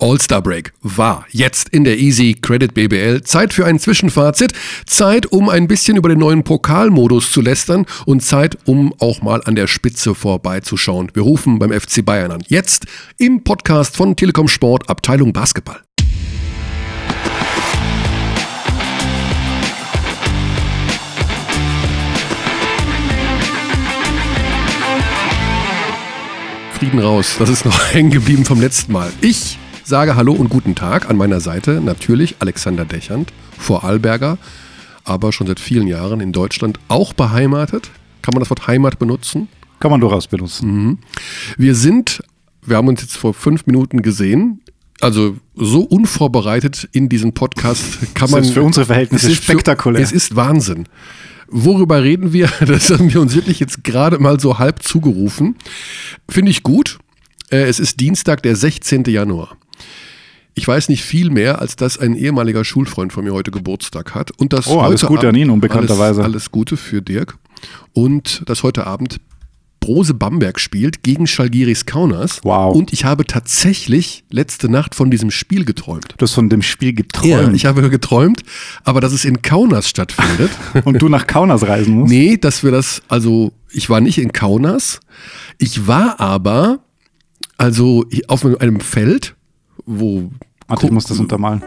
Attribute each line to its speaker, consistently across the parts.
Speaker 1: All-Star Break war jetzt in der Easy Credit BBL. Zeit für ein Zwischenfazit, Zeit, um ein bisschen über den neuen Pokalmodus zu lästern und Zeit, um auch mal an der Spitze vorbeizuschauen. Wir rufen beim FC Bayern an. Jetzt im Podcast von Telekom Sport Abteilung Basketball. Frieden raus. Das ist noch hängen geblieben vom letzten Mal. Ich sage Hallo und guten Tag an meiner Seite natürlich Alexander Dechand, Vorarlberger, aber schon seit vielen Jahren in Deutschland auch beheimatet. Kann man das Wort Heimat benutzen?
Speaker 2: Kann man durchaus benutzen.
Speaker 1: Mhm. Wir sind, wir haben uns jetzt vor fünf Minuten gesehen. Also so unvorbereitet in diesen Podcast kann man.
Speaker 2: Das ist für unsere Verhältnisse
Speaker 1: Es ist für-
Speaker 2: spektakulär.
Speaker 1: Es ist Wahnsinn. Worüber reden wir? Das haben wir uns wirklich jetzt gerade mal so halb zugerufen. Finde ich gut. Äh, Es ist Dienstag, der 16. Januar. Ich weiß nicht viel mehr, als dass ein ehemaliger Schulfreund von mir heute Geburtstag hat. Und das
Speaker 2: Oh, alles
Speaker 1: heute
Speaker 2: Gute an
Speaker 1: Abend-
Speaker 2: ihn, unbekannterweise.
Speaker 1: Alles, alles Gute für Dirk. Und dass heute Abend Brose Bamberg spielt gegen Schalgiris Kaunas.
Speaker 2: Wow.
Speaker 1: Und ich habe tatsächlich letzte Nacht von diesem Spiel geträumt.
Speaker 2: Du hast von dem Spiel
Speaker 1: Ja,
Speaker 2: geträumt
Speaker 1: ich habe geträumt, aber dass es in Kaunas stattfindet.
Speaker 2: und du nach Kaunas reisen musst.
Speaker 1: nee, dass wir das, also ich war nicht in Kaunas. Ich war aber, also auf einem Feld, wo,
Speaker 2: Warte, ich muss
Speaker 1: Hm.
Speaker 2: das untermalen.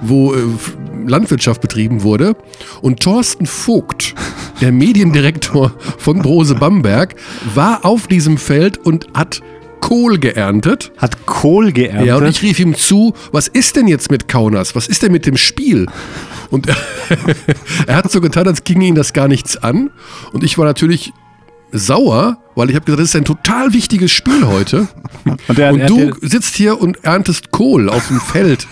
Speaker 1: wo äh, F- Landwirtschaft betrieben wurde. Und Thorsten Vogt, der Mediendirektor von Brose Bamberg, war auf diesem Feld und hat Kohl geerntet.
Speaker 2: Hat Kohl geerntet.
Speaker 1: Ja, und ich rief ihm zu, was ist denn jetzt mit Kaunas? Was ist denn mit dem Spiel? Und er, er hat so getan, als ginge ihn das gar nichts an. Und ich war natürlich sauer, weil ich habe gesagt, das ist ein total wichtiges Spiel heute.
Speaker 2: Und der-
Speaker 1: Und
Speaker 2: er-
Speaker 1: du sitzt hier und erntest Kohl auf dem Feld.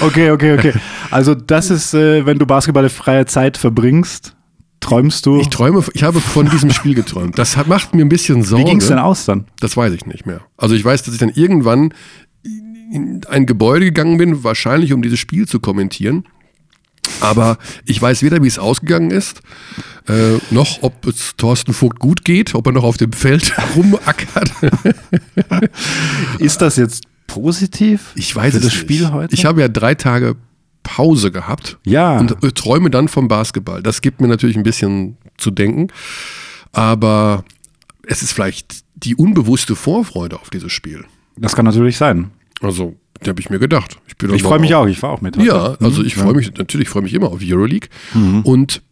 Speaker 2: Okay, okay, okay. Also das ist, äh, wenn du basketballfreie Zeit verbringst, träumst du.
Speaker 1: Ich träume, ich habe von diesem Spiel geträumt. Das hat, macht mir ein bisschen Sorge.
Speaker 2: Wie ging es denn aus dann?
Speaker 1: Das weiß ich nicht mehr. Also ich weiß, dass ich dann irgendwann in ein Gebäude gegangen bin, wahrscheinlich um dieses Spiel zu kommentieren. Aber ich weiß weder, wie es ausgegangen ist, äh, noch ob es Thorsten Vogt gut geht, ob er noch auf dem Feld rumackert.
Speaker 2: Ist das jetzt positiv?
Speaker 1: Ich weiß
Speaker 2: Für
Speaker 1: es
Speaker 2: das
Speaker 1: nicht.
Speaker 2: Spiel heute?
Speaker 1: Ich habe ja drei Tage Pause gehabt
Speaker 2: Ja.
Speaker 1: und äh, träume dann vom Basketball. Das gibt mir natürlich ein bisschen zu denken. Aber es ist vielleicht die unbewusste Vorfreude auf dieses Spiel.
Speaker 2: das kann natürlich sein.
Speaker 1: Also, da habe ich mir gedacht. bin
Speaker 2: Ich
Speaker 1: doch
Speaker 2: freue
Speaker 1: mal
Speaker 2: mich
Speaker 1: auf-
Speaker 2: auch. Ich war auch mit. heute.
Speaker 1: Ja, Mhm. also ich freue mich, natürlich freue mich immer auf Euroleague. Und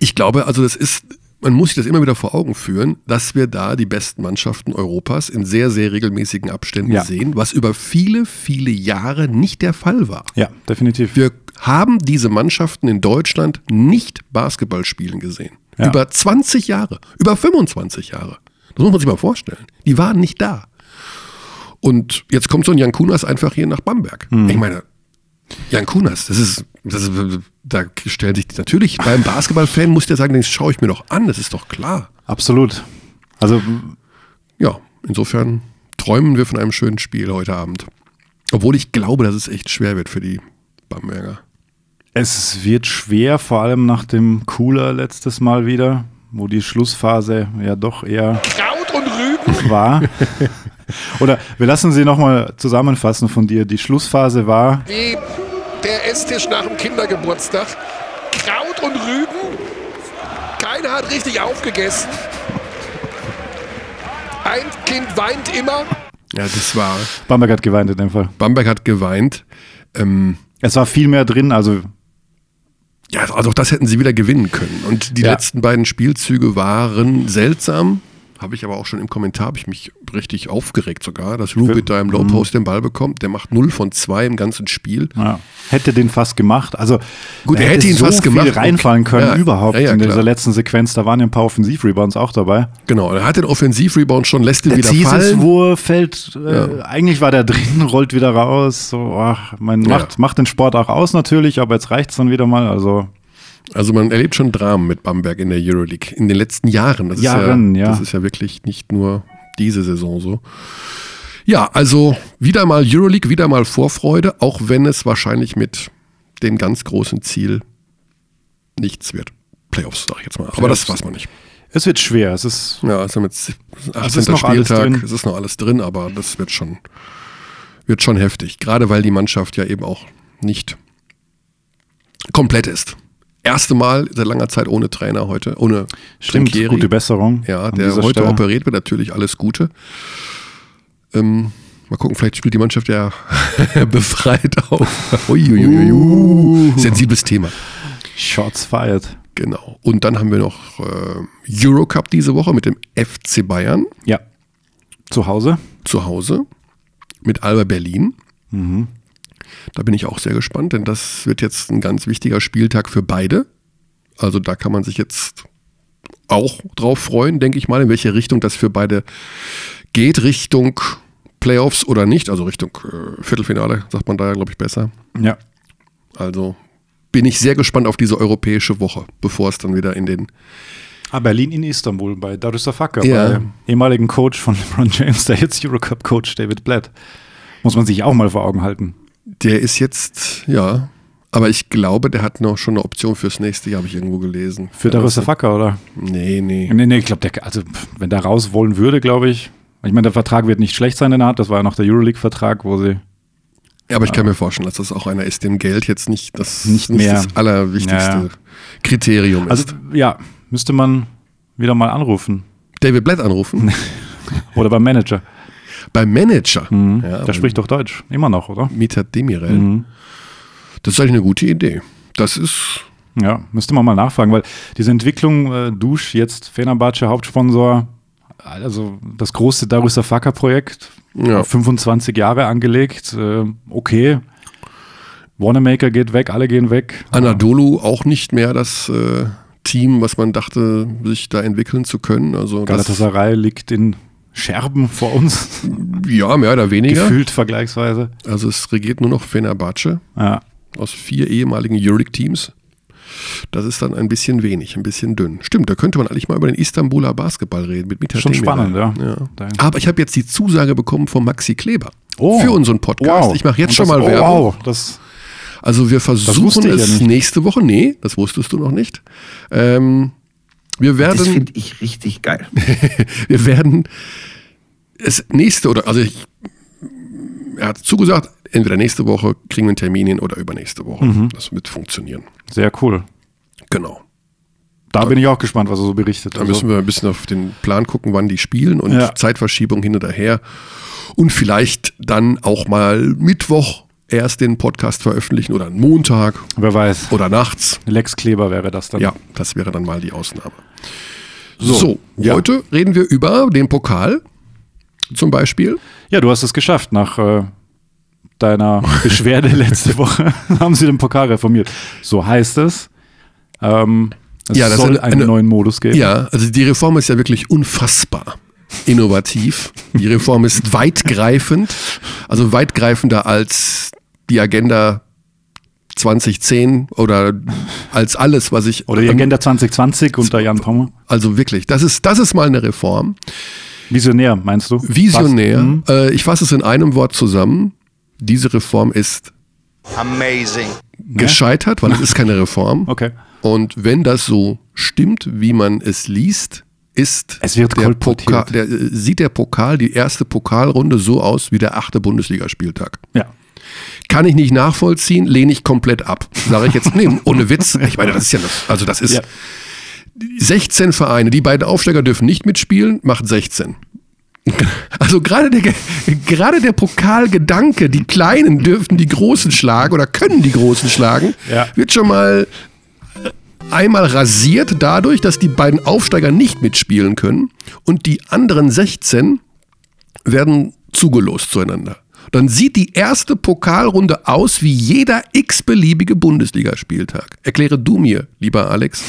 Speaker 1: ich glaube, also das ist, man muss sich das immer wieder vor Augen führen, dass wir da die besten Mannschaften Europas in sehr, sehr regelmäßigen Abständen
Speaker 2: Ja.
Speaker 1: sehen, was über viele, viele Jahre nicht der Fall war.
Speaker 2: Ja, definitiv.
Speaker 1: Wir haben diese Mannschaften in Deutschland nicht Basketball spielen gesehen.
Speaker 2: Ja.
Speaker 1: Über 20 Jahre, über 25 Jahre. Das muss man sich mal vorstellen. Die waren nicht da. Und jetzt kommt so ein Jan Kunas einfach hier nach Bamberg. Ich meine, Jan Kunas, das ist, das ist, da stellt sich natürlich, beim Basketballfan muss der sagen, das schaue ich mir doch an, das ist doch klar.
Speaker 2: Absolut. Also
Speaker 1: Ja, insofern träumen wir von einem schönen Spiel heute Abend. Obwohl ich glaube, dass es echt schwer wird für die Bamberger.
Speaker 2: Es wird schwer, vor allem nach dem Cooler letztes Mal wieder, wo die Schlussphase ja doch eher
Speaker 3: Kraut und Rüben.
Speaker 2: war. Oder wir lassen sie nochmal zusammenfassen von dir. Die Schlussphase war,
Speaker 3: Wie der Esstisch nach dem Kindergeburtstag. Kraut und Rüben. Keiner hat richtig aufgegessen. Ein Kind weint immer.
Speaker 1: Ja, das war.
Speaker 2: Bamberg hat geweint in dem Fall.
Speaker 1: Bamberg hat geweint. Ähm,
Speaker 2: Es war viel mehr drin, also
Speaker 1: ja, also auch das hätten sie wieder gewinnen können. Und die
Speaker 2: Ja.
Speaker 1: letzten beiden Spielzüge waren seltsam. Habe ich aber auch schon im Kommentar, habe ich mich richtig aufgeregt sogar, dass Rubit da im Low Post den Ball bekommt. Der macht 0 von 2 im ganzen Spiel.
Speaker 2: Mhm. ja, hätte den fast gemacht. Also
Speaker 1: Gut,
Speaker 2: da
Speaker 1: er hätte ihn
Speaker 2: so
Speaker 1: fast
Speaker 2: viel
Speaker 1: gemacht.
Speaker 2: reinfallen können
Speaker 1: Ja,
Speaker 2: überhaupt
Speaker 1: ja, ja,
Speaker 2: in
Speaker 1: klar.
Speaker 2: dieser letzten Sequenz. Da waren ja ein paar Offensivrebounds auch dabei.
Speaker 1: Genau, er hat den Offensivrebound schon, lässt ihn
Speaker 2: Der
Speaker 1: wieder fallen.
Speaker 2: Zieseswurf fällt, äh, eigentlich war der drin, rollt wieder raus. So, ach, man macht, macht den Sport auch aus natürlich, aber jetzt reicht's dann wieder mal. Also
Speaker 1: Also man erlebt schon Dramen mit Bamberg in der Euroleague in den letzten Jahren. Das
Speaker 2: Jahren,
Speaker 1: ist ja,
Speaker 2: ja.
Speaker 1: Das ist ja wirklich nicht nur diese Saison so. Ja, also wieder mal Euroleague, wieder mal Vorfreude, auch wenn es wahrscheinlich mit dem ganz großen Ziel nichts wird. Playoffs, sag ich jetzt mal. Aber das weiß man nicht.
Speaker 2: es wird schwer. Es ist
Speaker 1: Ja, also mit 18.
Speaker 2: Es ist noch alles
Speaker 1: Spieltag,
Speaker 2: drin.
Speaker 1: es ist noch alles drin, aber das wird schon wird schon heftig. Gerade weil die Mannschaft ja eben auch nicht komplett ist. Erste Mal seit langer Zeit ohne Trainer heute, ohne
Speaker 2: Stimmt,
Speaker 1: Trinkieri.
Speaker 2: gute Besserung.
Speaker 1: Ja,
Speaker 2: an
Speaker 1: der
Speaker 2: dieser
Speaker 1: heute
Speaker 2: Stelle.
Speaker 1: operiert wird, natürlich alles Gute. Ähm, mal gucken, vielleicht spielt die Mannschaft ja befreit auf. Uiuiuiui.
Speaker 2: Uh.
Speaker 1: Sensibles Thema.
Speaker 2: Shots fired.
Speaker 1: Genau. Und dann haben wir noch äh, Eurocup diese Woche mit dem FC Bayern
Speaker 2: Ja. Zu Hause.
Speaker 1: zu Hause mit Alba Berlin. Da bin ich auch sehr gespannt, denn das wird jetzt ein ganz wichtiger Spieltag für beide. Also da kann man sich jetzt auch drauf freuen, denke ich mal, in welche Richtung das für beide geht, Richtung Playoffs oder nicht, also Richtung äh, Viertelfinale, sagt man da ja, glaube ich, besser.
Speaker 2: Ja.
Speaker 1: Also bin ich sehr gespannt auf diese europäische Woche, bevor es dann wieder in den
Speaker 2: Ah, Berlin in Istanbul bei Darüstafaka,
Speaker 1: Ja.
Speaker 2: bei ehemaligen Coach von LeBron James, der jetzt Eurocup-Coach David Blatt. Muss man sich auch mal vor Augen halten.
Speaker 1: Der ist jetzt, ja, aber ich glaube, der hat noch schon eine Option fürs nächste Jahr, habe ich irgendwo gelesen.
Speaker 2: Für Darüstafaka, oder?
Speaker 1: Nee, nee.
Speaker 2: Nee, nee, ich glaube, der, also pff, wenn der raus wollen würde, glaube ich. Ich meine, der Vertrag wird nicht schlecht sein, den er hat. Das war ja noch der Euroleague-Vertrag, wo sie.
Speaker 1: Ja, Aber ich kann mir vorstellen, dass das auch einer ist, dem Geld jetzt nicht das,
Speaker 2: Nicht mehr.
Speaker 1: das allerwichtigste
Speaker 2: Ja.
Speaker 1: Kriterium
Speaker 2: Also,
Speaker 1: ist.
Speaker 2: ja, müsste man wieder mal anrufen.
Speaker 1: David Blatt anrufen,
Speaker 2: Oder beim Manager.
Speaker 1: beim Manager. Ja,
Speaker 2: Der Mhm. spricht Mhm. doch Deutsch. Immer noch, oder?
Speaker 1: Mieter Demirel. Das ist eigentlich eine gute Idee. Das ist,
Speaker 2: Ja, müsste man mal nachfragen, weil diese Entwicklung, äh, Dusch, jetzt Fenerbahce Hauptsponsor, also das große Darüstafaka-Projekt,
Speaker 1: Ja.
Speaker 2: auf 25 Jahre angelegt, äh, okay. Wanamaker geht weg, alle gehen weg.
Speaker 1: Anadolu auch nicht mehr das äh, Team, was man dachte, sich da entwickeln zu können. Also das,
Speaker 2: Galatasaray liegt in Scherben vor uns,
Speaker 1: ja, mehr oder weniger.
Speaker 2: gefühlt vergleichsweise.
Speaker 1: Also es regiert nur noch Fenerbahce.
Speaker 2: Ja.
Speaker 1: aus vier ehemaligen Euroleague-Teams. Das ist dann ein bisschen wenig, ein bisschen dünn. Stimmt, da könnte man eigentlich mal über den Istanbuler Basketball reden. Mit Mithat
Speaker 2: Schon
Speaker 1: Demiral.
Speaker 2: spannend, ja. Da-
Speaker 1: Aber ich habe jetzt die Zusage bekommen von Maxi Kleber
Speaker 2: Oh.
Speaker 1: für unseren Podcast. Ich mache jetzt
Speaker 2: Und
Speaker 1: schon
Speaker 2: das, oh,
Speaker 1: mal Werbung.
Speaker 2: Wow, das,
Speaker 1: Also wir
Speaker 2: wusste
Speaker 1: versuchen
Speaker 2: ich ja
Speaker 1: es
Speaker 2: nicht.
Speaker 1: nächste Woche. Nee, das wusstest du noch nicht. Ähm, wir
Speaker 4: Das
Speaker 1: werden,
Speaker 4: finde ich richtig geil.
Speaker 1: wir werden es nächste oder also ich, er hat zugesagt, entweder nächste Woche kriegen wir einen Termin hin oder übernächste Woche.
Speaker 2: Mhm.
Speaker 1: Das wird funktionieren.
Speaker 2: sehr cool.
Speaker 1: Genau.
Speaker 2: Da bin ich auch gespannt, was er so berichtet.
Speaker 1: Da müssen wir ein bisschen auf den Plan gucken, wann die spielen und
Speaker 2: Also- Ja.
Speaker 1: Zeitverschiebung hin und her. Und vielleicht dann auch mal Mittwoch erst den Podcast veröffentlichen oder Montag
Speaker 2: Also, Wer weiß.
Speaker 1: oder nachts.
Speaker 2: Lex Kleber wäre das dann.
Speaker 1: Ja, das wäre dann mal die Ausnahme. So,
Speaker 2: So, ja.
Speaker 1: heute reden wir über den Pokal zum Beispiel.
Speaker 2: Ja, du hast es geschafft nach äh, deiner Beschwerde letzte Woche. haben sie den Pokal reformiert. So heißt es. Ähm, es
Speaker 1: Ja, das
Speaker 2: soll
Speaker 1: ist eine-
Speaker 2: einen
Speaker 1: eine-
Speaker 2: neuen Modus geben.
Speaker 1: Ja, also die Reform ist ja wirklich unfassbar innovativ. Die Reform ist weitgreifend, also weitgreifender als die Agenda 2010 oder als alles, was ich
Speaker 2: Oder die Agenda 2020 unter Jan Pommer.
Speaker 1: also wirklich, das ist das ist mal eine Reform.
Speaker 2: Visionär, meinst du? Fast.
Speaker 1: Visionär.
Speaker 2: Mhm.
Speaker 1: Äh, ich fasse es in einem Wort zusammen. Diese Reform ist
Speaker 5: Amazing.
Speaker 2: Ne?
Speaker 1: gescheitert, weil es ist keine Reform.
Speaker 2: Okay.
Speaker 1: Und wenn das so stimmt, wie man es liest, ist
Speaker 2: Es wird
Speaker 1: der
Speaker 2: kolportiert.
Speaker 1: Pokal, der, äh, sieht der Pokal, die erste Pokalrunde so aus wie der achte Bundesligaspieltag.
Speaker 2: Ja.
Speaker 1: Kann ich nicht nachvollziehen, lehne ich komplett ab. Sage ich jetzt, nee, ohne Witz. Ich meine, das ist ja, eine- also das ist
Speaker 2: Ja.
Speaker 1: 16 Vereine, die beiden Aufsteiger dürfen nicht mitspielen, macht 16. Also gerade der, Ge- gerade der Pokalgedanke, die Kleinen dürften die Großen schlagen oder können die Großen schlagen,
Speaker 2: Ja.
Speaker 1: wird schon mal einmal rasiert dadurch, dass die beiden Aufsteiger nicht mitspielen können und die anderen 16 werden zugelost zueinander. Dann sieht die erste Pokalrunde aus wie jeder x-beliebige Bundesligaspieltag. Erkläre du mir, lieber Alex,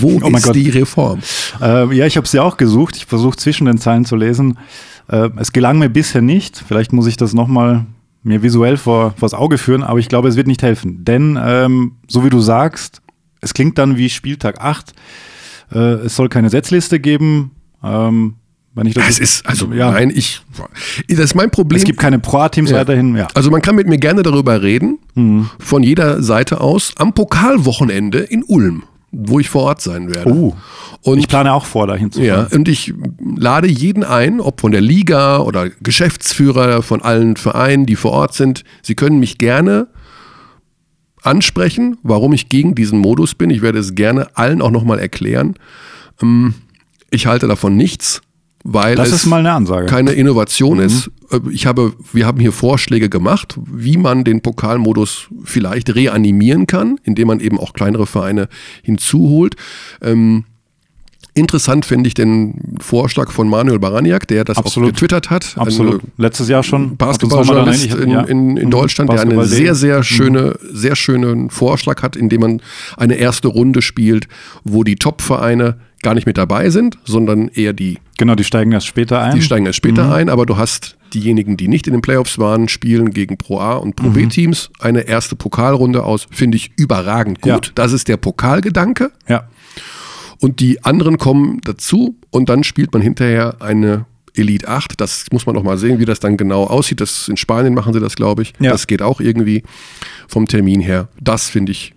Speaker 1: wo
Speaker 2: Oh mein
Speaker 1: ist
Speaker 2: Gott.
Speaker 1: die Reform?
Speaker 2: Ähm, ja, ich habe sie auch gesucht. Ich versuche zwischen den Zeilen zu lesen. Äh, es gelang mir bisher nicht. Vielleicht muss ich das nochmal mir visuell vor vors Auge führen, aber ich glaube, es wird nicht helfen. Denn, ähm, so wie du sagst, es klingt dann wie Spieltag 8. Äh, es soll keine Setzliste geben. Ähm, wenn ich das
Speaker 1: Es ist, also
Speaker 2: ja,
Speaker 1: nein, ich, das ist mein Problem.
Speaker 2: es gibt keine Pro-A-Teams
Speaker 1: Ja.
Speaker 2: weiterhin. Ja.
Speaker 1: Also man kann mit
Speaker 2: Hm.
Speaker 1: mir gerne darüber reden, von jeder Seite aus, am Pokalwochenende in Ulm. wo ich vor Ort sein werde.
Speaker 2: Oh.
Speaker 1: Und
Speaker 2: ich plane auch vor, dahin zu
Speaker 1: ja,
Speaker 2: fahren.
Speaker 1: und ich lade jeden ein, ob von der Liga oder Geschäftsführer von allen Vereinen, die vor Ort sind. Sie können mich gerne ansprechen, warum ich gegen diesen Modus bin. Ich werde es gerne allen auch nochmal erklären. Ähm, Ich halte davon nichts, weil
Speaker 2: Das
Speaker 1: es
Speaker 2: ist mal eine Ansage.
Speaker 1: keine
Speaker 2: Mhm.
Speaker 1: Innovation ist. Äh, Ich habe, wir haben hier Vorschläge gemacht, wie man den Pokalmodus vielleicht reanimieren kann, indem man eben auch kleinere Vereine hinzuholt. Ähm, interessant finde ich den Vorschlag von Manuel Baraniak, der das
Speaker 2: Absolut.
Speaker 1: auch getwittert hat.
Speaker 2: Absolut.
Speaker 1: Ein, äh,
Speaker 2: Letztes Jahr schon.
Speaker 1: Basketballjournalist in, in,
Speaker 2: Mhm.
Speaker 1: in Deutschland, der einen sehr,
Speaker 2: sehr
Speaker 1: sehr schöne, sehr schönen Vorschlag hat, indem man eine erste Runde spielt, wo die Top-Vereine gar nicht mit dabei sind, sondern eher die
Speaker 2: Genau, die steigen erst später ein.
Speaker 1: die steigen erst später ein, aber du hast diejenigen, die nicht in den Playoffs waren, spielen gegen Pro A und Pro B-Teams eine erste Pokalrunde aus. Finde ich überragend gut.
Speaker 2: Ja.
Speaker 1: Das ist der Pokalgedanke.
Speaker 2: ja.
Speaker 1: Und die anderen kommen dazu und dann spielt man hinterher eine Elite 8. Das muss man noch mal sehen, wie das dann genau aussieht. Das, in Spanien machen sie das, glaube ich.
Speaker 2: Ja.
Speaker 1: Das geht auch irgendwie vom Termin her. Das finde ich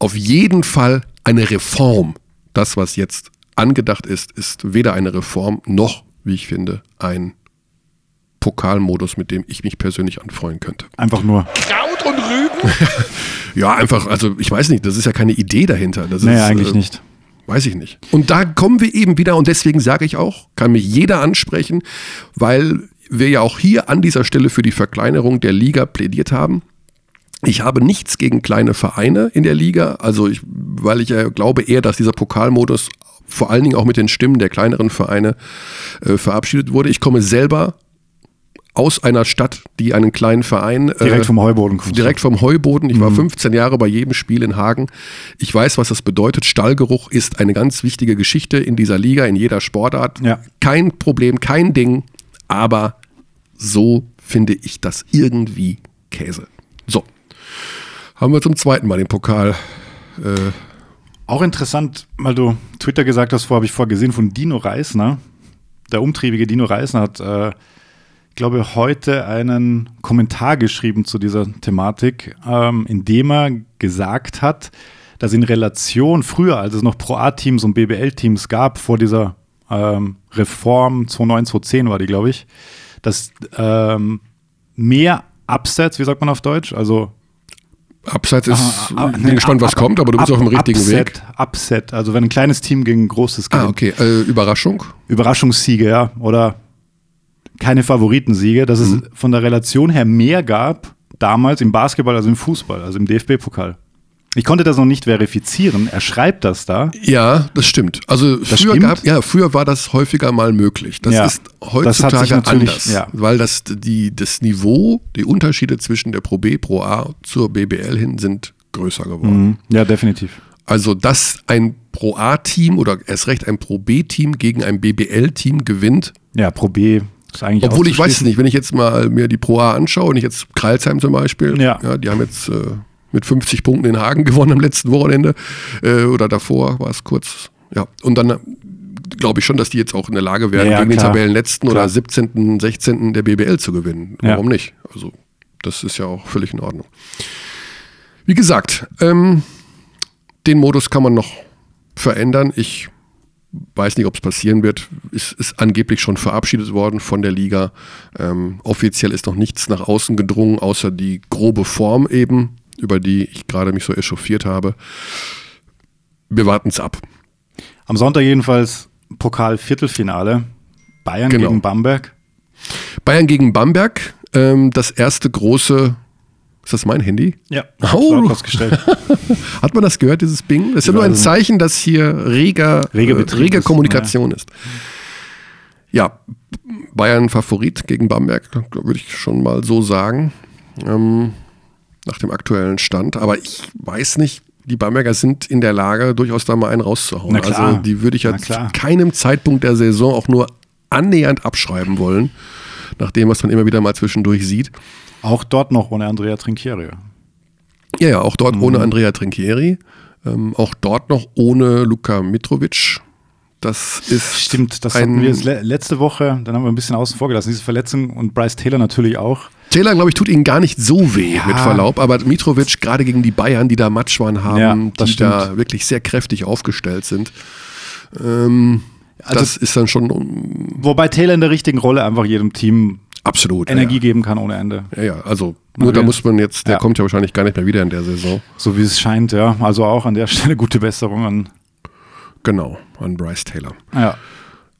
Speaker 1: auf jeden Fall eine Reform. Das, was jetzt angedacht ist, ist weder eine Reform noch, wie ich finde, ein Pokalmodus, mit dem ich mich persönlich anfreuen könnte.
Speaker 2: Einfach nur.
Speaker 3: Kraut und Rüben.
Speaker 1: Ja, einfach, also ich weiß nicht, das ist ja keine Idee dahinter. Das
Speaker 2: Nee,
Speaker 1: ist,
Speaker 2: eigentlich
Speaker 1: äh,
Speaker 2: nicht.
Speaker 1: Weiß ich nicht. Und da kommen wir eben wieder, und deswegen sage ich auch, kann mich jeder ansprechen, weil wir ja auch hier an dieser Stelle für die Verkleinerung der Liga plädiert haben. Ich habe nichts gegen kleine Vereine in der Liga, also ich, weil ich ja glaube eher, dass dieser Pokalmodus vor allen Dingen auch mit den Stimmen der kleineren Vereine äh, verabschiedet wurde. Ich komme selber aus einer Stadt, die einen kleinen Verein äh,
Speaker 2: Direkt vom Heuboden kommst. du.
Speaker 1: Direkt vom Heuboden. Ich war
Speaker 2: Mhm.
Speaker 1: 15 Jahre bei jedem Spiel in Hagen. Ich weiß, was das bedeutet. Stallgeruch ist eine ganz wichtige Geschichte in dieser Liga, in jeder Sportart.
Speaker 2: Ja.
Speaker 1: Kein Problem, kein Ding. Aber so finde ich das irgendwie Käse. So. Haben wir zum zweiten Mal den Pokal.
Speaker 2: Auch interessant, weil du Twitter gesagt hast, vorher habe ich vorher gesehen von Dino Reisner. Der umtriebige Dino Reisner hat, äh, ich glaube, heute einen Kommentar geschrieben zu dieser Thematik, ähm, in dem er gesagt hat, dass in Relation früher, als es noch Pro A-Teams und BBL-Teams gab, vor dieser ähm, Reform 2009, 2010 war die, glaube ich, dass ähm, mehr Upsets, wie sagt man auf Deutsch, also
Speaker 1: Abseits ist,
Speaker 2: Ah,
Speaker 1: ich
Speaker 2: nee,
Speaker 1: bin gespannt, was
Speaker 2: Up-
Speaker 1: kommt, aber du bist
Speaker 2: Up-
Speaker 1: auf dem richtigen
Speaker 2: Upset,
Speaker 1: Weg.
Speaker 2: Upset, also wenn ein kleines Team gegen ein großes gewinnt.
Speaker 1: Ah, okay. Äh, Überraschung.
Speaker 2: Überraschungssiege, ja, oder keine Favoritensiege, dass
Speaker 1: Mhm.
Speaker 2: es von der Relation her mehr gab damals im Basketball als im Fußball, also im DFB-Pokal. Ich konnte das noch nicht verifizieren, er schreibt das da.
Speaker 1: Ja, das stimmt. Also früher
Speaker 2: stimmt?
Speaker 1: gab ja früher war das häufiger mal möglich. Das
Speaker 2: Ja.
Speaker 1: ist
Speaker 2: Das hat sich
Speaker 1: heutzutage
Speaker 2: natürlich-
Speaker 1: anders,
Speaker 2: ja.
Speaker 1: weil das die das Niveau, die Unterschiede zwischen der Pro B, Pro A zur BBL hin sind größer geworden.
Speaker 2: Ja, definitiv.
Speaker 1: Also dass ein Pro A Team oder erst recht ein Pro B Team gegen ein BBL Team gewinnt,
Speaker 2: Ja, Pro B ist eigentlich
Speaker 1: obwohl ich weiß es
Speaker 2: auszuschließen.
Speaker 1: nicht, wenn ich jetzt mal mir die Pro A anschaue und ich jetzt Kreilsheim zum Beispiel,
Speaker 2: Ja.
Speaker 1: die haben jetzt äh, mit 50 Punkten in Hagen gewonnen am letzten Wochenende äh, oder davor war es kurz. Ja, und dann glaube ich schon, dass die jetzt auch in der Lage werden,
Speaker 2: Ja, ja,
Speaker 1: gegen
Speaker 2: klar.
Speaker 1: den Tabellenletzten
Speaker 2: Klar.
Speaker 1: oder 17., 16. der BBL zu gewinnen.
Speaker 2: Ja.
Speaker 1: Warum nicht? Also das ist ja auch völlig in Ordnung. Wie gesagt, ähm, den Modus kann man noch verändern. Ich weiß nicht, ob es passieren wird. Es ist angeblich schon verabschiedet worden von der Liga. Ähm, offiziell ist noch nichts nach außen gedrungen, außer die grobe Form eben, über die ich gerade mich so echauffiert habe. Wir warten es ab.
Speaker 2: Am Sonntag jedenfalls Pokal-Viertelfinale, Bayern
Speaker 1: Genau.
Speaker 2: gegen Bamberg.
Speaker 1: Bayern gegen Bamberg, ähm, das erste große. Ist das mein Handy?
Speaker 2: Ja,
Speaker 1: Oh.
Speaker 2: oh. ausgestellt.
Speaker 1: Hat man das gehört, dieses Bing? Das ist ja nur ein
Speaker 2: weiß nicht.
Speaker 1: Zeichen, dass hier reger,
Speaker 2: Reger
Speaker 1: äh,
Speaker 2: Betrieb
Speaker 1: rege
Speaker 2: ist,
Speaker 1: Kommunikation ist. Ja, Bayern Favorit gegen Bamberg, glaub- würde ich schon mal so sagen, ähm, nach dem aktuellen Stand. Aber ich weiß nicht, die Bamberger sind in der Lage, durchaus da mal einen rauszuhauen.
Speaker 2: Na klar.
Speaker 1: Also die würde ich ja
Speaker 2: Na
Speaker 1: zu
Speaker 2: klar.
Speaker 1: keinem Zeitpunkt der Saison auch nur annähernd abschreiben wollen, nach dem, was man immer wieder mal zwischendurch sieht.
Speaker 2: Auch dort noch ohne Andrea Trinchieri.
Speaker 1: Ja, ja, auch
Speaker 2: Mhm.
Speaker 1: dort ohne Andrea Trinchieri, ähm, auch dort noch ohne Luka Mitrovic. Das ist
Speaker 2: Stimmt, das
Speaker 1: ein,
Speaker 2: hatten wir jetzt le letzte Woche, dann haben wir ein bisschen außen vor gelassen, diese Verletzung und Bryce Taylor natürlich auch.
Speaker 1: Taylor, glaube ich, tut ihnen gar nicht so weh, mit Verlaub. Aber Mitrovic, gerade gegen die Bayern, die da Matschwan haben,
Speaker 2: Ja, das
Speaker 1: die
Speaker 2: stimmt.
Speaker 1: da wirklich sehr kräftig aufgestellt sind, ähm,
Speaker 2: Also-
Speaker 1: das ist dann schon um,
Speaker 2: Wobei Taylor in der richtigen Rolle einfach jedem Team
Speaker 1: absolut.
Speaker 2: Energie geben kann ohne Ende.
Speaker 1: Ja, ja, ja also nur da
Speaker 2: will-
Speaker 1: muss man jetzt, der
Speaker 2: Ja.
Speaker 1: kommt ja wahrscheinlich gar nicht mehr wieder in der Saison.
Speaker 2: So wie es scheint, ja. Also auch an der Stelle gute Besserung an.
Speaker 1: Genau, an Bryce Taylor.
Speaker 2: Ja.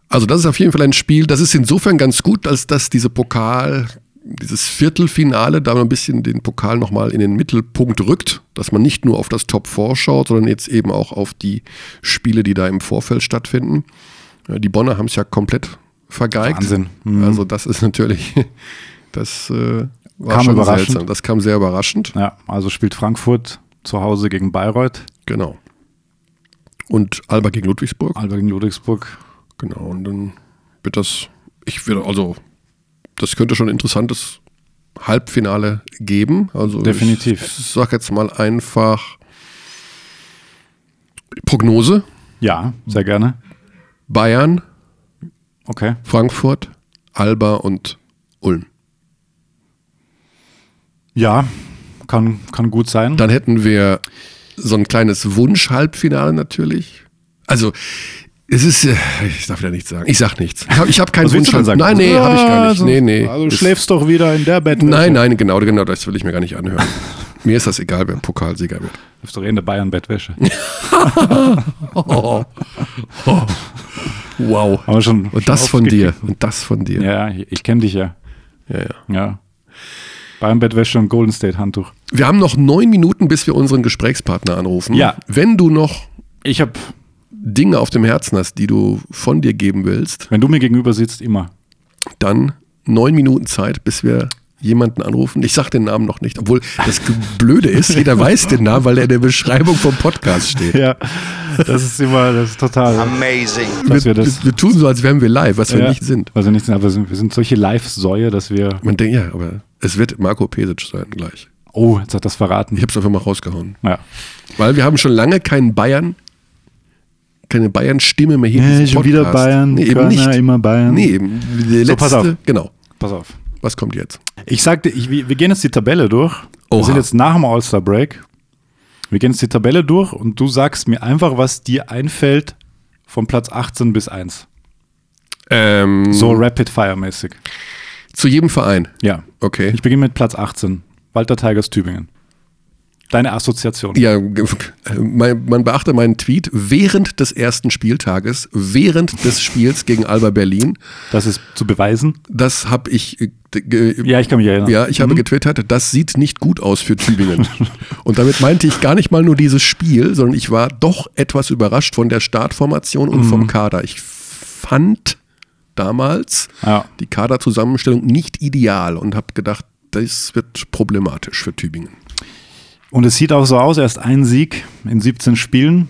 Speaker 1: Also das ist auf jeden Fall ein Spiel, das ist insofern ganz gut, als dass diese Pokal, dieses Viertelfinale da ein bisschen den Pokal nochmal in den Mittelpunkt rückt, dass man nicht nur auf das Top 4 schaut, sondern jetzt eben auch auf die Spiele, die da im Vorfeld stattfinden. Äh, Die Bonner haben es ja komplett vergeigt.
Speaker 2: Wahnsinn. Mhm.
Speaker 1: Also das ist natürlich, das äh, war
Speaker 2: Kam
Speaker 1: schon
Speaker 2: überraschend.
Speaker 1: seltsam. Das kam sehr überraschend.
Speaker 2: ja, also spielt Frankfurt zu Hause gegen Bayreuth,
Speaker 1: Genau. Und Alba gegen Ludwigsburg.
Speaker 2: Alba gegen Ludwigsburg.
Speaker 1: Genau, und dann wird das, ich würde, also, das könnte schon ein interessantes Halbfinale geben. Also
Speaker 2: Definitiv.
Speaker 1: Ich, ich sag jetzt mal einfach Prognose:
Speaker 2: Ja, sehr gerne.
Speaker 1: Bayern,
Speaker 2: Okay.
Speaker 1: Frankfurt, Alba und Ulm.
Speaker 2: Ja, kann, kann gut sein.
Speaker 1: Dann hätten wir so ein kleines Wunsch-Halbfinale natürlich. Also, es ist, äh, ich darf wieder nichts sagen. Ich sag nichts. Ich habe hab keinen
Speaker 2: Was willst
Speaker 1: Wunsch.
Speaker 2: du denn sagen?
Speaker 1: Nein, nee, habe ich gar nicht.
Speaker 2: Also-
Speaker 1: Nee, nee.
Speaker 2: Also du
Speaker 1: Ist-
Speaker 2: schläfst doch wieder in der Bett.
Speaker 1: Nein, nein, genau, genau, das will ich mir gar nicht anhören. mir ist das egal, wer Pokalsieger wird.
Speaker 2: Schläfst doch eh in der Bayern-Bettwäsche. Oh.
Speaker 1: Wow.
Speaker 2: Aber schon.
Speaker 1: Und das von dir. Und das von dir.
Speaker 2: Ja, ich, ich kenne dich ja.
Speaker 1: Ja, ja.
Speaker 2: Ja. Bayern-Bettwäsche und Golden State-Handtuch.
Speaker 1: Wir haben noch neun Minuten, bis wir unseren Gesprächspartner anrufen.
Speaker 2: Ja.
Speaker 1: Wenn du noch
Speaker 2: Ich habe,
Speaker 1: Dinge auf dem Herzen hast, die du von dir geben willst,
Speaker 2: wenn du mir gegenüber sitzt, immer.
Speaker 1: dann neun Minuten Zeit, bis wir jemanden anrufen. Ich sag den Namen noch nicht, obwohl das Ge- Blöde ist, jeder weiß den Namen, weil er in der Beschreibung vom Podcast steht.
Speaker 2: Ja, das ist immer, das ist total.
Speaker 4: Amazing.
Speaker 1: Wir,
Speaker 2: Dass wir das-
Speaker 1: wir, wir tun so, als wären wir live, was wir
Speaker 2: ja,
Speaker 1: nicht sind.
Speaker 2: Was wir nicht sind, aber wir sind, wir sind solche Live-Säue, dass wir.
Speaker 1: Man denkt, ja, aber es wird Marco Pesic sein gleich.
Speaker 2: Oh, jetzt hat das verraten.
Speaker 1: Ich hab's einfach mal rausgehauen.
Speaker 2: Ja.
Speaker 1: Weil wir haben schon lange keinen Bayern, keine Bayern-Stimme mehr hier in
Speaker 2: Nee,
Speaker 1: diesem
Speaker 2: schon wieder
Speaker 1: Podcast.
Speaker 2: Bayern,
Speaker 1: Nee, eben
Speaker 2: Körner,
Speaker 1: nicht.
Speaker 2: immer Bayern.
Speaker 1: Nee, eben. Der
Speaker 2: So,
Speaker 1: letzte,
Speaker 2: pass auf.
Speaker 1: Genau.
Speaker 2: Pass auf.
Speaker 1: Was kommt jetzt?
Speaker 2: Ich sagte, ich, wir wir gehen jetzt die Tabelle durch. Wir
Speaker 1: Oha.
Speaker 2: sind jetzt nach dem All-Star-Break. Wir gehen jetzt die Tabelle durch und du sagst mir einfach, was dir einfällt von Platz 18 bis 1.
Speaker 1: Ähm,
Speaker 2: So Rapid-Fire-mäßig.
Speaker 1: Zu jedem Verein.
Speaker 2: Ja.
Speaker 1: Okay.
Speaker 2: Ich beginne mit Platz 18. Walter Tigers Tübingen. Deine Assoziation.
Speaker 1: Ja, g- mein, man beachte meinen Tweet während des ersten Spieltages, während des Spiels gegen Alba Berlin.
Speaker 2: Das ist zu beweisen.
Speaker 1: Das habe ich. äh, ge-
Speaker 2: Ja, ich kann mich erinnern.
Speaker 1: Ja, ich habe getwittert, das sieht nicht gut aus für Tübingen. und damit meinte ich gar nicht mal nur dieses Spiel, sondern ich war doch etwas überrascht von der Startformation
Speaker 2: Mhm.
Speaker 1: und vom Kader. Ich fand damals
Speaker 2: Ja.
Speaker 1: die Kaderzusammenstellung nicht ideal und habe gedacht, das wird problematisch für Tübingen.
Speaker 2: Und es sieht auch so aus, erst ein Sieg in 17 Spielen,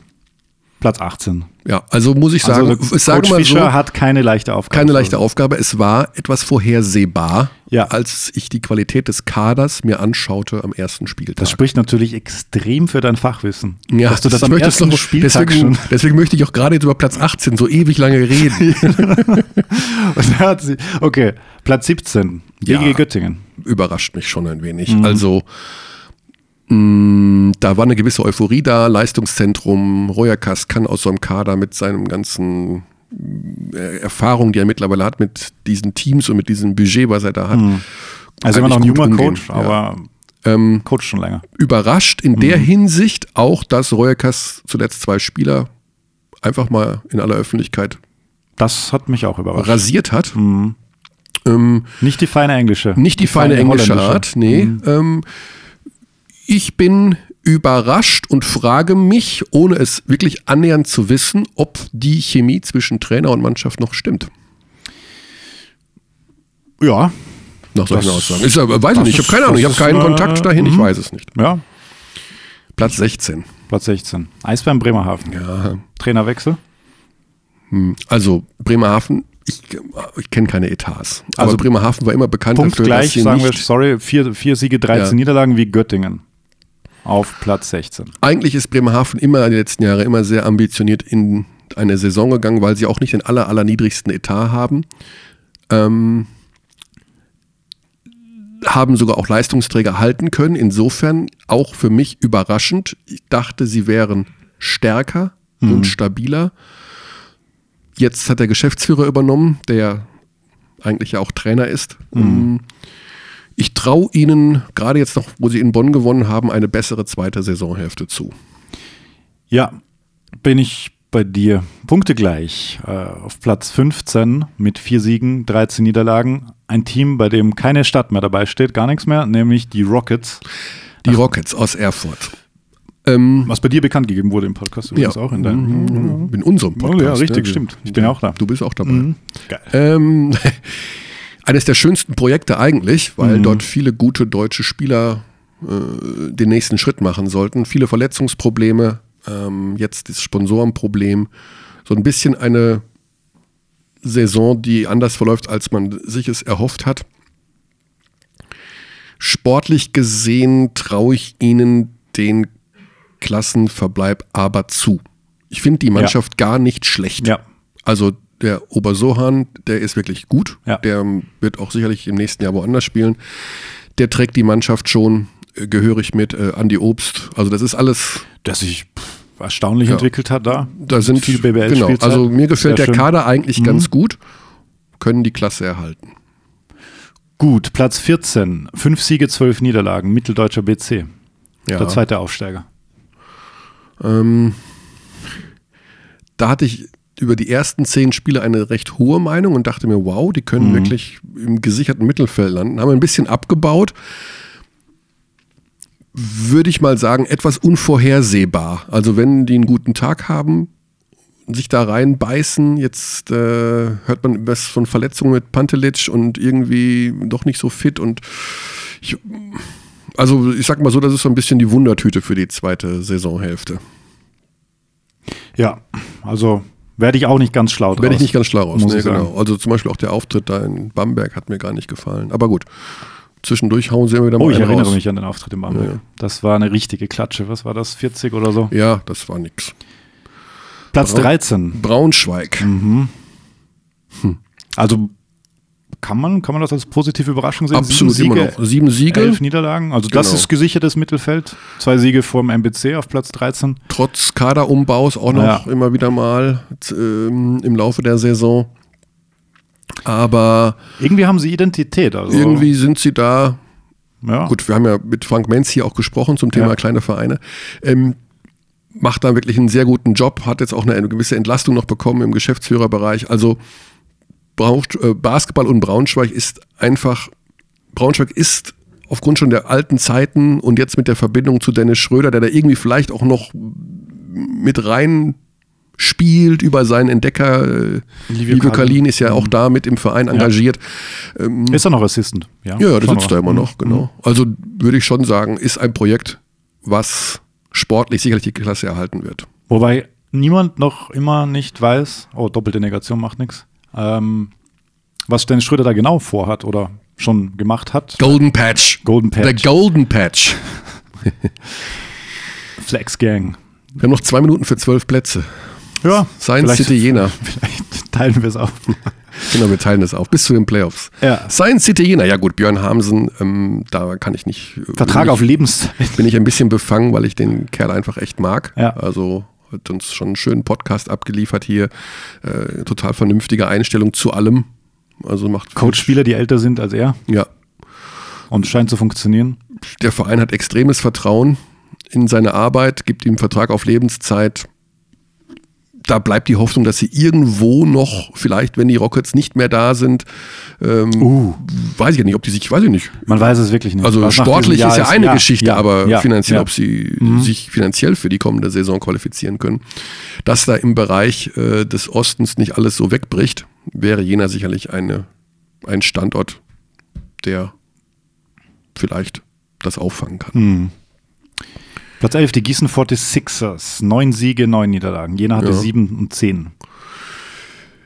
Speaker 2: Platz 18.
Speaker 1: Ja, also muss ich sagen,
Speaker 2: also,
Speaker 1: ich sage
Speaker 2: Coach
Speaker 1: mal
Speaker 2: Fischer
Speaker 1: so,
Speaker 2: hat keine leichte Aufgabe.
Speaker 1: keine leichte Aufgabe. Es war etwas vorhersehbar,
Speaker 2: Ja.
Speaker 1: als ich die Qualität des Kaders mir anschaute am ersten Spieltag.
Speaker 2: Das spricht natürlich extrem für dein Fachwissen.
Speaker 1: Ja,
Speaker 2: dass du das,
Speaker 1: ich
Speaker 2: am
Speaker 1: möchte
Speaker 2: ersten
Speaker 1: noch-
Speaker 2: Spieltag
Speaker 1: deswegen,
Speaker 2: schon.
Speaker 1: deswegen möchte ich auch gerade jetzt über Platz 18 so ewig lange reden.
Speaker 2: Und da hat sie- okay, Platz 17,
Speaker 1: Ja.
Speaker 2: DG Göttingen.
Speaker 1: Überrascht mich schon ein wenig.
Speaker 2: Mhm.
Speaker 1: Also, mh, da war eine gewisse Euphorie da. Leistungszentrum, Royakas kann aus so einem Kader mit seinem ganzen äh, Erfahrung, die er mittlerweile hat, mit diesen Teams und mit diesem Budget, was er da hat.
Speaker 2: Also immer noch ein
Speaker 1: eigentlich
Speaker 2: junger
Speaker 1: gut umgehen,
Speaker 2: Coach,
Speaker 1: ja. Ähm,
Speaker 2: aber Mhm. Coach schon länger.
Speaker 1: Überrascht in der Hinsicht auch, dass Royakas zuletzt zwei Spieler einfach mal in aller Öffentlichkeit
Speaker 2: Das hat mich auch überrascht.
Speaker 1: rasiert hat.
Speaker 2: Mhm.
Speaker 1: Ähm,
Speaker 2: Nicht die Mhm. feine englische.
Speaker 1: Nicht die, feine, englische
Speaker 2: holländische. Hm.
Speaker 1: Art, nee. Ähm, ich bin überrascht und frage mich, ohne es wirklich annähernd zu wissen, ob die Chemie zwischen Trainer und Mannschaft noch stimmt.
Speaker 2: Ja,
Speaker 1: Nach solchen
Speaker 2: Das-
Speaker 1: Aussagen. Ist, aber- weiß ich
Speaker 2: das
Speaker 1: nicht, ich
Speaker 2: ist-
Speaker 1: habe keine Ahnung, ich
Speaker 2: das
Speaker 1: habe
Speaker 2: ist Mhm.
Speaker 1: keinen
Speaker 2: eine-
Speaker 1: Kontakt dahin, ich weiß es nicht.
Speaker 2: ja.
Speaker 1: Platz 16.
Speaker 2: Platz 16. Eisbären Bremerhaven.
Speaker 1: Ja.
Speaker 2: Trainerwechsel.
Speaker 1: Also Bremerhaven, ich, ich kenne keine Etats. Aber
Speaker 2: Also
Speaker 1: Bremerhaven war immer bekannt
Speaker 2: Punkt gleich,
Speaker 1: sie
Speaker 2: sagen wir,
Speaker 1: nicht
Speaker 2: sorry, vier, vier Siege, 13
Speaker 1: Ja.
Speaker 2: Niederlagen wie Göttingen. Auf Platz 16.
Speaker 1: eigentlich ist Bremerhaven immer in den letzten Jahren immer sehr ambitioniert in eine Saison gegangen, weil sie auch nicht den aller, aller niedrigsten Etat haben. Ähm, haben sogar auch Leistungsträger halten können. Insofern auch für mich überraschend. Ich dachte, sie wären stärker und stabiler. Jetzt hat der Geschäftsführer übernommen, der eigentlich ja auch Trainer ist. Ich traue ihnen, gerade jetzt noch, wo sie in Bonn gewonnen haben, eine bessere zweite Saisonhälfte zu.
Speaker 2: Ja, bin ich bei dir. Punkte gleich. Äh, auf Platz 15 mit vier Siegen, 13 Niederlagen. Ein Team, bei dem keine Stadt mehr dabei steht, gar nichts mehr, nämlich die Rockets.
Speaker 1: Die Rockets aus Erfurt. Ähm,
Speaker 2: Was bei dir bekannt gegeben wurde im Podcast übrigens auch in
Speaker 1: Mhm.
Speaker 2: deinem.
Speaker 1: in unserem Podcast.
Speaker 2: Mhm. Oh ja, richtig,
Speaker 1: ne?
Speaker 2: stimmt. Ich bin ja auch da.
Speaker 1: Du bist auch dabei.
Speaker 2: Geil.
Speaker 1: Ähm, eines der schönsten Projekte eigentlich, weil dort viele gute deutsche Spieler äh, den nächsten Schritt machen sollten. Viele Verletzungsprobleme, ähm, jetzt das Sponsorenproblem. So ein bisschen eine Saison, die anders verläuft, als man sich es erhofft hat. Sportlich gesehen traue ich ihnen den Klassenverbleib aber zu. Ich finde die Mannschaft gar nicht schlecht.
Speaker 2: Ja.
Speaker 1: Also der Obersohan, der ist wirklich gut.
Speaker 2: Ja.
Speaker 1: Der ähm, wird auch sicherlich im nächsten Jahr woanders spielen. Der trägt die Mannschaft schon äh, gehörig mit äh, Andi Obst. Also das ist alles,
Speaker 2: Dass sich pf, erstaunlich
Speaker 1: Ja.
Speaker 2: entwickelt hat da.
Speaker 1: da sind
Speaker 2: viel BBL
Speaker 1: Genau,
Speaker 2: Spielzeit.
Speaker 1: also mir gefällt
Speaker 2: halt. Sehr
Speaker 1: der
Speaker 2: schön. Mhm.
Speaker 1: Kader eigentlich ganz gut. Können die Klasse erhalten.
Speaker 2: Gut, Platz 14, fünf Siege, zwölf Niederlagen, mitteldeutscher BC,
Speaker 1: Ja.
Speaker 2: der zweite Aufsteiger.
Speaker 1: Ähm, da hatte ich über die ersten zehn Spiele eine recht hohe Meinung und dachte mir, wow, die können wirklich im gesicherten Mittelfeld landen. Haben ein bisschen abgebaut. Würde ich mal sagen, etwas unvorhersehbar. Also wenn die einen guten Tag haben, sich da reinbeißen, jetzt äh, hört man was von Verletzungen mit Pantelic und irgendwie doch nicht so fit und ich, also ich sag mal so, das ist so ein bisschen die Wundertüte für die zweite Saisonhälfte.
Speaker 2: Ja, also werde ich auch nicht ganz schlau draus.
Speaker 1: Bin ich nicht ganz schlau raus.
Speaker 2: Muss
Speaker 1: Nee,
Speaker 2: ich sagen.
Speaker 1: genau. Also zum Beispiel auch der Auftritt da in Bamberg hat mir gar nicht gefallen. Aber gut, zwischendurch hauen sie immer wieder mal
Speaker 2: Oh, ich
Speaker 1: einen
Speaker 2: erinnere
Speaker 1: raus.
Speaker 2: mich an den Auftritt im Bamberg.
Speaker 1: Ja.
Speaker 2: Das war eine richtige Klatsche. Was war das? 40 oder so?
Speaker 1: Ja, genau. das war nix.
Speaker 2: Platz
Speaker 1: Brau-
Speaker 2: 13.
Speaker 1: Braunschweig.
Speaker 2: Also kann man, kann man das als positive Überraschung sehen?
Speaker 1: Absolut
Speaker 2: Sieben
Speaker 1: immer
Speaker 2: Siege,
Speaker 1: noch. Sieben Siege,
Speaker 2: elf Niederlagen. Also das
Speaker 1: Genau.
Speaker 2: ist gesichertes Mittelfeld. Zwei Siege vor dem MBC auf Platz 13.
Speaker 1: trotz Kaderumbaus auch noch
Speaker 2: Ja.
Speaker 1: immer wieder mal z- ähm, im Laufe der Saison. Aber
Speaker 2: Irgendwie haben sie Identität. Also,
Speaker 1: irgendwie sind sie da
Speaker 2: Ja.
Speaker 1: Gut, wir haben ja mit Frank Menz hier auch gesprochen zum Thema
Speaker 2: Ja.
Speaker 1: kleine Vereine. Ähm, macht da wirklich einen sehr guten Job, hat jetzt auch eine, gewisse Entlastung noch bekommen im Geschäftsführerbereich. Also braucht, äh, Basketball und Braunschweig ist einfach, Braunschweig ist aufgrund schon der alten Zeiten und jetzt mit der Verbindung zu Dennis Schröder, der da irgendwie vielleicht auch noch mit rein spielt über seinen Entdecker. Äh,
Speaker 2: Livio
Speaker 1: Livio
Speaker 2: Kalin. Mhm.
Speaker 1: Kalin ist ja auch da mit im Verein engagiert.
Speaker 2: Ist er noch Assistant? Ja,
Speaker 1: Ja, ja der
Speaker 2: Schauen
Speaker 1: sitzt
Speaker 2: wir.
Speaker 1: da immer noch,
Speaker 2: Mhm.
Speaker 1: genau. Also würde ich schon sagen, ist ein Projekt, was sportlich sicherlich die Klasse erhalten wird.
Speaker 2: Mhm. Wobei niemand noch immer nicht weiß, oh, doppelte Negation macht nichts, ähm, was Dennis Schröder da genau vorhat oder schon gemacht hat.
Speaker 1: Golden Patch.
Speaker 2: Golden
Speaker 1: Der
Speaker 2: Patch,
Speaker 1: Golden Patch.
Speaker 2: Flex Gang.
Speaker 1: Wir haben noch zwei Minuten für zwölf Plätze.
Speaker 2: Ja,
Speaker 1: Science
Speaker 2: vielleicht-
Speaker 1: City Jena.
Speaker 2: Vielleicht teilen wir es auf.
Speaker 1: Genau, wir teilen das auf. Bis zu den Playoffs.
Speaker 2: Ja.
Speaker 1: Science City Jena. Ja gut, Björn Hamsen, ähm, da kann ich nicht. äh,
Speaker 2: Vertrag
Speaker 1: bin
Speaker 2: auf Lebenszeit.
Speaker 1: ich, Bin ich ein bisschen befangen, weil ich den Kerl einfach echt mag.
Speaker 2: Ja.
Speaker 1: Also hat uns schon einen schönen Podcast abgeliefert hier. Äh, total vernünftige Einstellung zu allem. Also macht
Speaker 2: Coach-Spieler, die älter sind als er
Speaker 1: Ja,
Speaker 2: und scheint zu funktionieren.
Speaker 1: der Verein hat extremes Vertrauen in seine Arbeit, gibt ihm Vertrag auf Lebenszeit. Da bleibt die Hoffnung, dass sie irgendwo noch, vielleicht wenn die Rockets nicht mehr da sind, ähm,
Speaker 2: Oh.
Speaker 1: weiß ich ja nicht, ob die sich, weiß ich nicht.
Speaker 2: Man weiß es wirklich nicht.
Speaker 1: Also
Speaker 2: Was nach diesem
Speaker 1: sportlich
Speaker 2: Jahr
Speaker 1: ist ja eine Geschichte,
Speaker 2: ja,
Speaker 1: aber
Speaker 2: ja,
Speaker 1: finanziell,
Speaker 2: ja. Mhm.
Speaker 1: ob sie sich finanziell für die kommende Saison qualifizieren können. Dass da im Bereich äh, des Ostens nicht alles so wegbricht, wäre Jena sicherlich eine, ein Standort, der vielleicht das auffangen kann.
Speaker 2: Platz 11, die Gießen 46ers. Neun Siege, neun Niederlagen. Jena hatte
Speaker 1: Ja.
Speaker 2: sieben und zehn.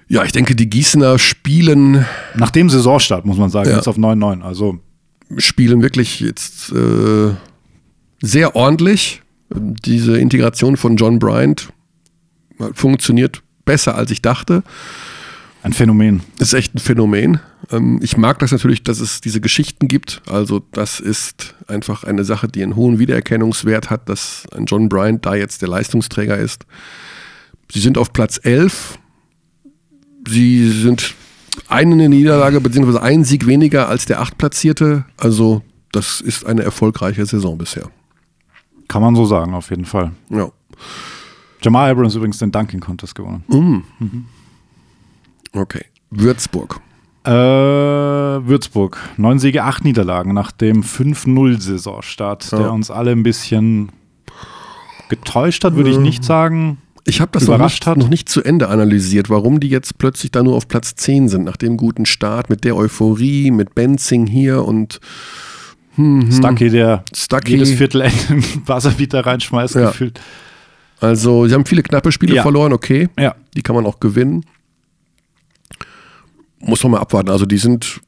Speaker 1: Ja, ich denke, die Gießener spielen,
Speaker 2: Nach dem Saisonstart, muss man sagen,
Speaker 1: Ja.
Speaker 2: jetzt auf 9-9. Also
Speaker 1: spielen wirklich jetzt äh, sehr ordentlich. Diese Integration von John Bryant funktioniert besser, als ich dachte.
Speaker 2: Ein Phänomen.
Speaker 1: ist echt ein Phänomen. Ähm, ich mag das natürlich, dass es diese Geschichten gibt. Also das ist einfach eine Sache, die einen hohen Wiedererkennungswert hat, dass ein John Bryant da jetzt der Leistungsträger ist. Sie sind auf Platz 11. Sie sind eine Niederlage bzw. einen Sieg weniger als der Achtplatzierte. Also das ist eine erfolgreiche Saison bisher.
Speaker 2: Kann man so sagen, auf jeden Fall.
Speaker 1: Ja.
Speaker 2: Jamal Abrams übrigens den Dunking Contest gewonnen.
Speaker 1: Mhm. Okay. Würzburg.
Speaker 2: Äh, Würzburg. Neun Siege, acht Niederlagen nach dem 5-0-Saisonstart, der uns alle ein bisschen getäuscht hat, würde ich nicht sagen.
Speaker 1: Ich habe das noch
Speaker 2: Überrascht
Speaker 1: nicht,
Speaker 2: hat.
Speaker 1: noch nicht zu Ende analysiert, warum die jetzt plötzlich da nur auf Platz 10 sind, nach dem guten Start, mit der Euphorie, mit Benzing hier und
Speaker 2: Stucky, der
Speaker 1: Mhm. Stucky.
Speaker 2: jedes Viertelende einen Wasserbieter reinschmeißt,
Speaker 1: Ja.
Speaker 2: gefühlt.
Speaker 1: also sie haben viele knappe Spiele
Speaker 2: Ja.
Speaker 1: verloren, okay.
Speaker 2: Ja.
Speaker 1: Die kann man auch gewinnen. Muss man mal abwarten. Also die sind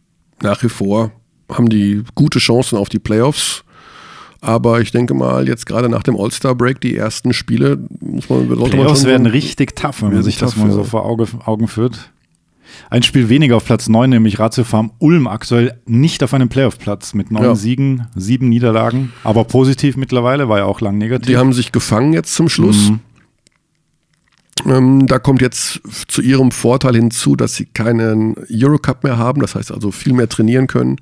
Speaker 1: nach wie vor, haben die gute Chancen auf die Playoffs. Aber ich denke mal, jetzt gerade nach dem All-Star-Break, die ersten Spiele, muss man, sollte man
Speaker 2: Playoffs
Speaker 1: schon
Speaker 2: werden
Speaker 1: so-
Speaker 2: richtig tough, wenn man
Speaker 1: Werden
Speaker 2: sich das
Speaker 1: tough,
Speaker 2: mal
Speaker 1: ja.
Speaker 2: so vor Auge, Augen führt. Ein Spiel weniger auf Platz 9, nämlich Ratio Farm Ulm aktuell nicht auf einem Playoff-Platz mit neun
Speaker 1: Ja.
Speaker 2: Siegen, sieben Niederlagen, aber positiv mittlerweile, war ja auch lang negativ.
Speaker 1: Die haben sich gefangen jetzt zum Schluss.
Speaker 2: Mhm.
Speaker 1: Ähm, da kommt jetzt f- zu ihrem Vorteil hinzu, dass sie keinen Eurocup mehr haben, das heißt also viel mehr trainieren können,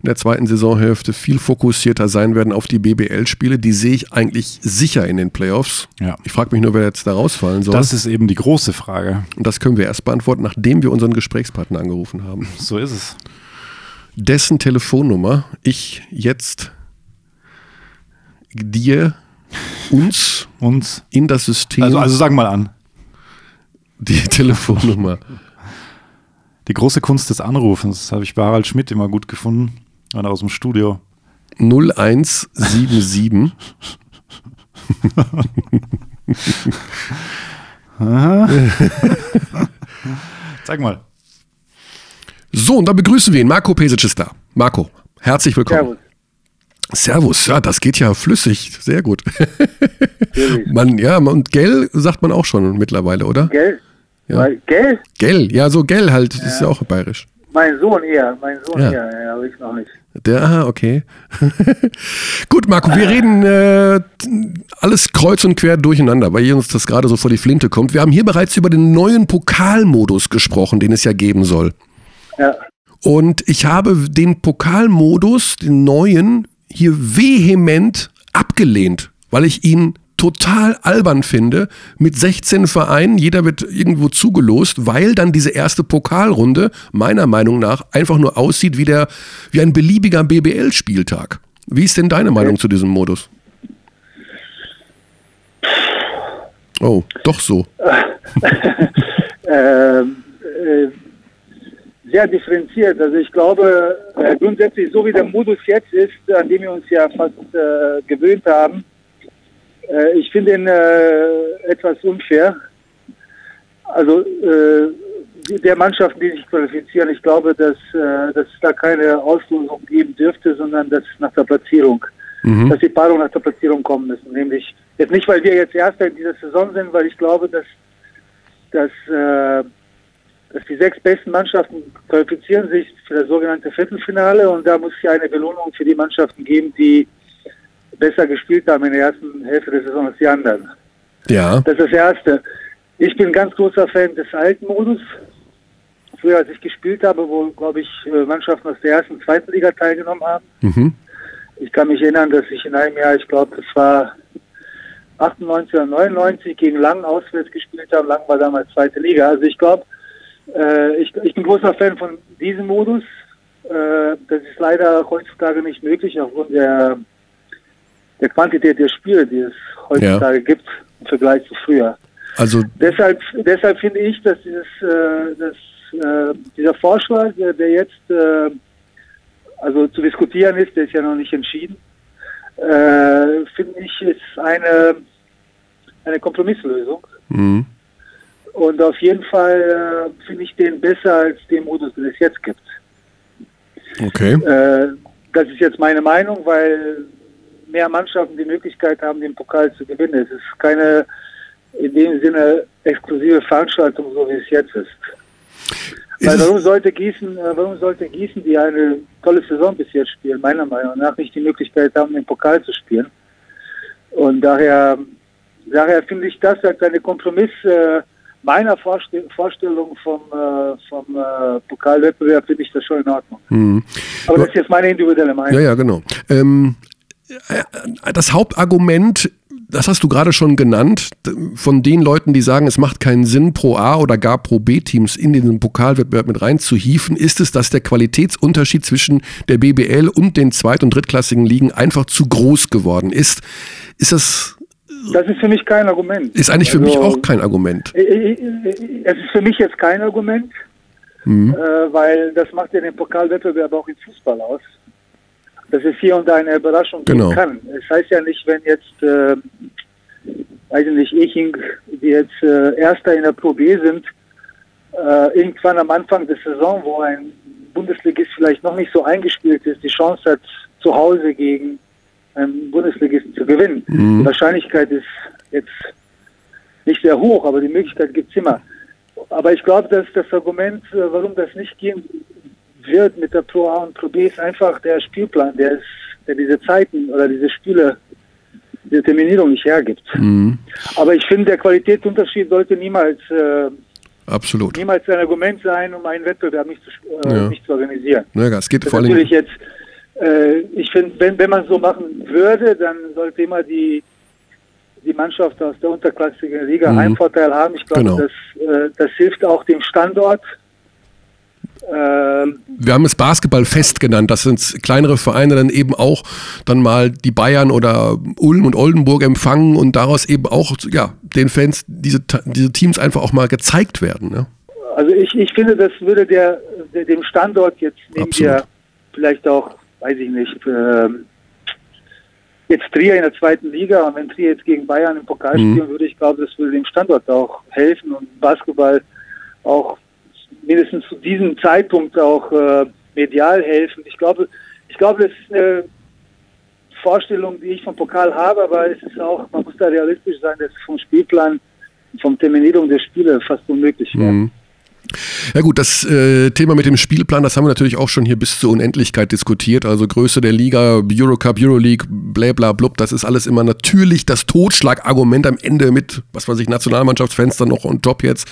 Speaker 1: in der zweiten Saisonhälfte viel fokussierter sein werden auf die BBL-Spiele. Die sehe ich eigentlich sicher in den Playoffs.
Speaker 2: Ja.
Speaker 1: Ich frage mich nur, wer jetzt da rausfallen soll.
Speaker 2: das ist eben die große Frage.
Speaker 1: Und das können wir erst beantworten, nachdem wir unseren Gesprächspartner angerufen haben.
Speaker 2: So ist es.
Speaker 1: Dessen Telefonnummer ich jetzt dir, uns
Speaker 2: Uns.
Speaker 1: in das System
Speaker 2: Also, also sag mal an.
Speaker 1: die Telefonnummer.
Speaker 2: Die große Kunst des Anrufens, das habe ich bei Harald Schmidt immer gut gefunden. Und aus dem Studio.
Speaker 1: 0177
Speaker 2: Sag mal.
Speaker 1: So, und dann begrüßen wir ihn. Marco Pesic ist da. Marco, herzlich willkommen. Servus. ja, das geht ja flüssig. Sehr gut. man, ja, man- und gell sagt man auch schon mittlerweile, oder?
Speaker 4: Gell?
Speaker 1: Ja.
Speaker 4: Weil, gell?
Speaker 1: Gell, ja, so gell halt, das ist ja auch bayerisch.
Speaker 4: Mein Sohn eher, mein Sohn
Speaker 1: Ja.
Speaker 4: eher, ja, aber ich noch nicht.
Speaker 1: Der, aha, okay. Gut, Marco, wir reden äh, alles kreuz und quer durcheinander, weil uns das gerade so vor die Flinte kommt. Wir haben hier bereits über den neuen Pokalmodus gesprochen, den es ja geben soll.
Speaker 4: Ja,
Speaker 1: Und ich habe den Pokalmodus, den neuen, hier vehement abgelehnt, weil ich ihn total albern finde. Mit 16 Vereinen, jeder wird irgendwo zugelost, weil dann diese erste Pokalrunde meiner Meinung nach einfach nur aussieht wie, der, wie ein beliebiger BBL-Spieltag. Wie ist denn deine Meinung zu diesem Modus? Oh, doch so.
Speaker 4: ähm, äh, sehr differenziert. Also ich glaube, äh, grundsätzlich so wie der Modus jetzt ist, an dem wir uns ja fast äh, gewöhnt haben, äh, ich finde ihn äh, etwas unfair. Also äh, die- der Mannschaften, die sich qualifizieren, ich glaube, dass, äh, dass es da keine Auslosung geben dürfte, sondern dass nach der Platzierung, dass die Paarung nach der Platzierung kommen müssen. Nämlich jetzt nicht, weil wir jetzt Erster in dieser Saison sind, weil ich glaube, dass dass, äh, dass die sechs besten Mannschaften qualifizieren sich für das sogenannte Viertelfinale und da muss es ja eine Belohnung für die Mannschaften geben, die besser gespielt haben in der ersten Hälfte der Saison als die anderen.
Speaker 1: Ja,
Speaker 4: Das ist das Erste. Ich bin ganz großer Fan des alten Modus. Früher, als ich gespielt habe, wo, glaube ich, äh, Mannschaften aus der ersten, zweiten Liga teilgenommen haben.
Speaker 1: mhm.
Speaker 4: Ich kann mich erinnern, dass ich in einem Jahr, ich glaube, das war 98 oder 99, gegen Lang auswärts gespielt habe. Lang war damals zweite Liga. Also ich glaube, äh, ich, ich bin großer Fan von diesem Modus. Äh, das ist leider heutzutage nicht möglich aufgrund der, der Quantität der Spiele, die es heutzutage gibt im Vergleich zu früher.
Speaker 1: also
Speaker 4: Deshalb, deshalb finde ich, dass, dieses, äh, dass äh, dieser Vorschlag, der, der jetzt äh, also zu diskutieren ist, der ist ja noch nicht entschieden, äh, finde ich, ist eine, eine Kompromisslösung.
Speaker 1: mhm.
Speaker 4: Und auf jeden Fall äh, finde ich den besser als den Modus, den es jetzt gibt.
Speaker 1: okay.
Speaker 4: Äh, das ist jetzt meine Meinung, weil mehr Mannschaften die Möglichkeit haben, den Pokal zu gewinnen. Es ist keine in dem Sinne exklusive Veranstaltung, so wie es jetzt ist. Weil warum sollte Gießen, äh, warum sollte Gießen, die eine tolle Saison bis jetzt spielen, meiner Meinung nach nicht die Möglichkeit haben, den Pokal zu spielen? Und daher, daher finde ich das als einen Kompromiss äh, meiner Vorste Vorstellung vom, äh, vom äh, Pokalwettbewerb, finde ich das schon in Ordnung.
Speaker 1: Hm.
Speaker 4: Aber das ist jetzt meine individuelle Meinung.
Speaker 1: Ja, ja, genau. Ähm, äh, das Hauptargument, das hast du gerade schon genannt, d- von den Leuten, die sagen, es macht keinen Sinn, Pro A oder gar Pro B-Teams in diesen Pokalwettbewerb mit reinzuhieven, ist es, dass der Qualitätsunterschied zwischen der BBL und den zweit- und drittklassigen Ligen einfach zu groß geworden ist. Ist das,
Speaker 4: Das ist für mich kein Argument.
Speaker 1: ist eigentlich für mich
Speaker 4: Also,
Speaker 1: auch kein Argument.
Speaker 4: Ich- ich- ich- Es ist für mich jetzt kein Argument, äh, weil das macht ja den Pokalwettbewerb auch im Fußball aus. Dass es hier und da eine Überraschung
Speaker 1: Genau.
Speaker 4: geben kann. Es heißt ja nicht, wenn jetzt, äh, weiß ich nicht, Eching, die jetzt äh, Erster in der Pro B sind, äh, irgendwann am Anfang der Saison, wo ein Bundesligist vielleicht noch nicht so eingespielt ist, die Chance hat, zu Hause gegen einen Bundesligisten zu gewinnen. Die Wahrscheinlichkeit ist jetzt nicht sehr hoch, aber die Möglichkeit gibt's immer. Aber ich glaube, dass das Argument, äh, warum das nicht gehen wird mit der Pro A und Pro B, ist einfach der Spielplan, der, ist, der diese Zeiten oder diese Spiele, diese Terminierung nicht hergibt. Aber ich finde, der Qualitätsunterschied sollte niemals, äh,
Speaker 1: Absolut.
Speaker 4: niemals ein Argument sein, um einen Wettbewerb nicht zu, sp- äh,
Speaker 1: Ja.
Speaker 4: nicht zu organisieren.
Speaker 1: Ne, es geht
Speaker 4: Das
Speaker 1: vor
Speaker 4: ist
Speaker 1: allem.
Speaker 4: natürlich jetzt, äh, ich finde, wenn, wenn man so machen würde, dann sollte immer die, die Mannschaft aus der unterklassigen Liga einen Vorteil haben. Ich glaube,
Speaker 1: Mhm. Genau.
Speaker 4: das, äh, das hilft auch dem Standort. Ähm,
Speaker 1: wir haben es Basketballfest genannt, dass uns kleinere Vereine dann eben auch dann mal die Bayern oder Ulm und Oldenburg empfangen und daraus eben auch ja, den Fans diese, Ta- diese Teams einfach auch mal gezeigt werden. Ne?
Speaker 4: also ich, ich finde, das würde der, der dem Standort jetzt neben
Speaker 1: Absolut.
Speaker 4: der vielleicht auch, weiß ich nicht, ähm, jetzt Trier in der zweiten Liga und wenn Trier jetzt gegen Bayern im Pokal spielen würde, ich glaube, das würde dem Standort auch helfen und Basketball auch mindestens zu diesem Zeitpunkt auch äh, medial helfen. Ich glaube, ich glaube, das ist eine Vorstellung, die ich vom Pokal habe, aber es ist auch, man muss da realistisch sein, dass vom Spielplan, vom Terminierung der Spiele fast unmöglich wäre.
Speaker 1: Ja gut, das äh, Thema mit dem Spielplan, das haben wir natürlich auch schon hier bis zur Unendlichkeit diskutiert. Also Größe der Liga, Eurocup, Euroleague, bla bla blub, das ist alles immer natürlich das Totschlagargument am Ende mit, was weiß ich, Nationalmannschaftsfans dann noch on top jetzt,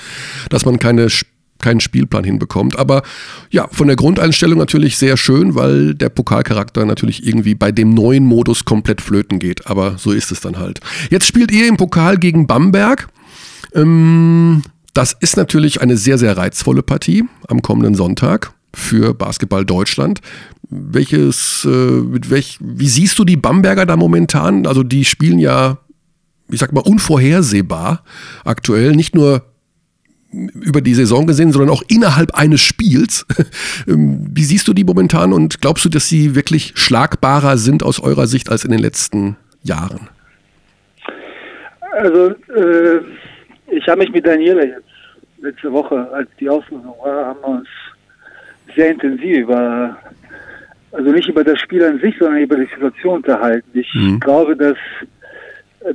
Speaker 1: dass man keine Sch- keinen Spielplan hinbekommt. Aber ja, von der Grundeinstellung natürlich sehr schön, weil der Pokalcharakter natürlich irgendwie bei dem neuen Modus komplett flöten geht. Aber so ist es dann halt. Jetzt spielt ihr im Pokal gegen Bamberg. Das ist natürlich eine sehr, sehr reizvolle Partie am kommenden Sonntag für Basketball Deutschland. Welches, äh, mit welch, wie siehst du die Bamberger da momentan? Also die spielen ja, ich sag mal, unvorhersehbar aktuell, nicht nur über die Saison gesehen, sondern auch innerhalb eines Spiels. Ähm, wie siehst du die momentan und glaubst du, dass sie wirklich schlagbarer sind aus eurer Sicht als in den letzten Jahren?
Speaker 4: Also, äh, ich habe mich mit Daniela jetzt letzte Woche, als die Auslosung war, haben wir uns sehr intensiv über, also nicht über das Spiel an sich, sondern über die Situation unterhalten. Ich glaube, dass,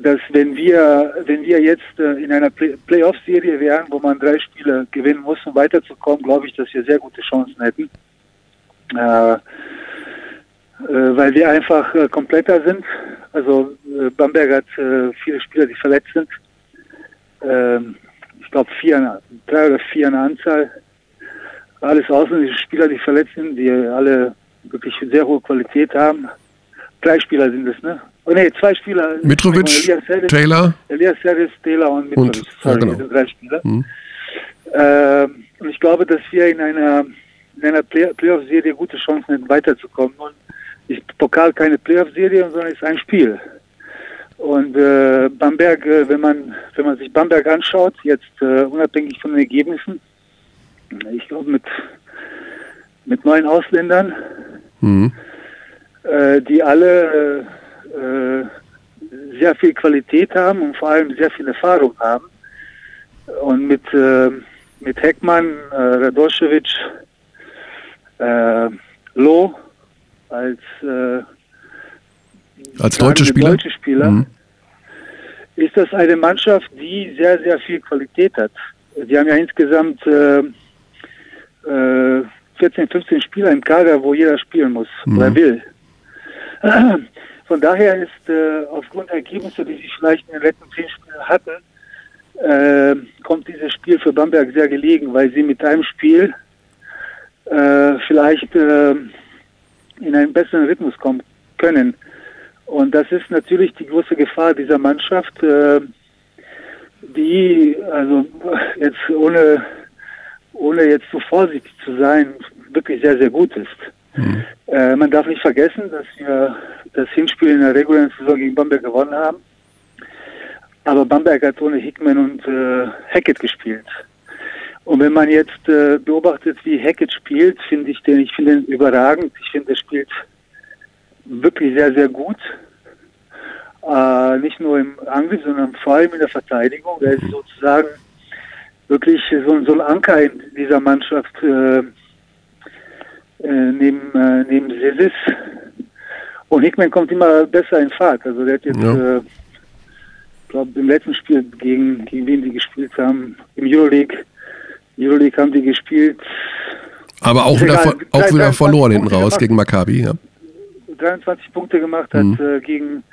Speaker 4: dass wenn wir, wenn wir jetzt äh, in einer Play Playoff-Serie wären, wo man drei Spiele gewinnen muss, um weiterzukommen, glaube ich, dass wir sehr gute Chancen hätten. Äh, äh, weil wir einfach äh, kompletter sind. Also äh, Bamberg hat äh, viele Spieler, die verletzt sind. Ähm, ich glaube vier, an- drei oder vier an der Anzahl. Alles ausländische Spieler, die verletzt sind, die alle wirklich sehr hohe Qualität haben. Drei Spieler sind es, ne? Oh ne, zwei Spieler.
Speaker 1: Mitrovic,
Speaker 4: Elias Herdis-
Speaker 1: Taylor,
Speaker 4: Elias Harris, Taylor und Mitrovic.
Speaker 1: Und- ja,
Speaker 4: Sorry,
Speaker 1: genau.
Speaker 4: das sind drei Spieler. Ähm, und ich glaube, dass wir in einer, in einer Play Playoff-Serie gute Chancen hätten, weiterzukommen. Und ist Pokal keine Playoff-Serie, sondern ist ein Spiel. Und äh, Bamberg, äh, wenn man wenn man sich Bamberg anschaut, jetzt äh, unabhängig von den Ergebnissen, ich glaube mit mit neun Ausländern, äh, die alle äh, äh, sehr viel Qualität haben und vor allem sehr viel Erfahrung haben. Und mit, äh, mit Heckmann, äh, Radoschewitsch, äh, Loh als, äh,
Speaker 1: als deutsche
Speaker 4: als
Speaker 1: Spieler. Mhm.
Speaker 4: deutsche Spieler ist das eine Mannschaft, die sehr, sehr viel Qualität hat. Die haben ja insgesamt äh, äh, 14, 15 Spieler im Kader, wo jeder spielen muss
Speaker 1: Mhm.
Speaker 4: oder will. Von daher ist äh, aufgrund der Ergebnisse, die sie vielleicht in den letzten zehn Spielen hatten, äh, kommt dieses Spiel für Bamberg sehr gelegen, weil sie mit einem Spiel äh, vielleicht äh, in einen besseren Rhythmus kommen können. Und das ist natürlich die große Gefahr dieser Mannschaft, äh, die, also jetzt ohne, ohne jetzt zu vorsichtig zu sein, wirklich sehr, sehr gut ist. Äh, man darf nicht vergessen, dass wir das Hinspiel in der regulären Saison gegen Bamberg gewonnen haben. Aber Bamberg hat ohne Hickman und äh, Hackett gespielt. Und wenn man jetzt äh, beobachtet, wie Hackett spielt, finde ich den, ich finde ihn überragend. Ich finde, er spielt wirklich sehr, sehr gut. Äh, nicht nur im Angriff, sondern vor allem in der Verteidigung. Er ist sozusagen wirklich so, so ein Anker in dieser Mannschaft äh, äh, neben, äh, neben Sesis. Und Hickman kommt immer besser in Fahrt. Also der hat jetzt
Speaker 1: Ja.
Speaker 4: äh, glaube, im letzten Spiel gegen, gegen wen die gespielt haben, im Euroleague. Euroleague haben die gespielt
Speaker 1: Aber auch wieder,
Speaker 4: Egal,
Speaker 1: ver-
Speaker 4: drei-
Speaker 1: auch wieder
Speaker 4: 23
Speaker 1: verloren hinten
Speaker 4: Punkte
Speaker 1: raus
Speaker 4: gemacht.
Speaker 1: gegen Maccabi. Ja.
Speaker 4: 23 Punkte gemacht hat
Speaker 1: Mhm.
Speaker 4: äh, gegen,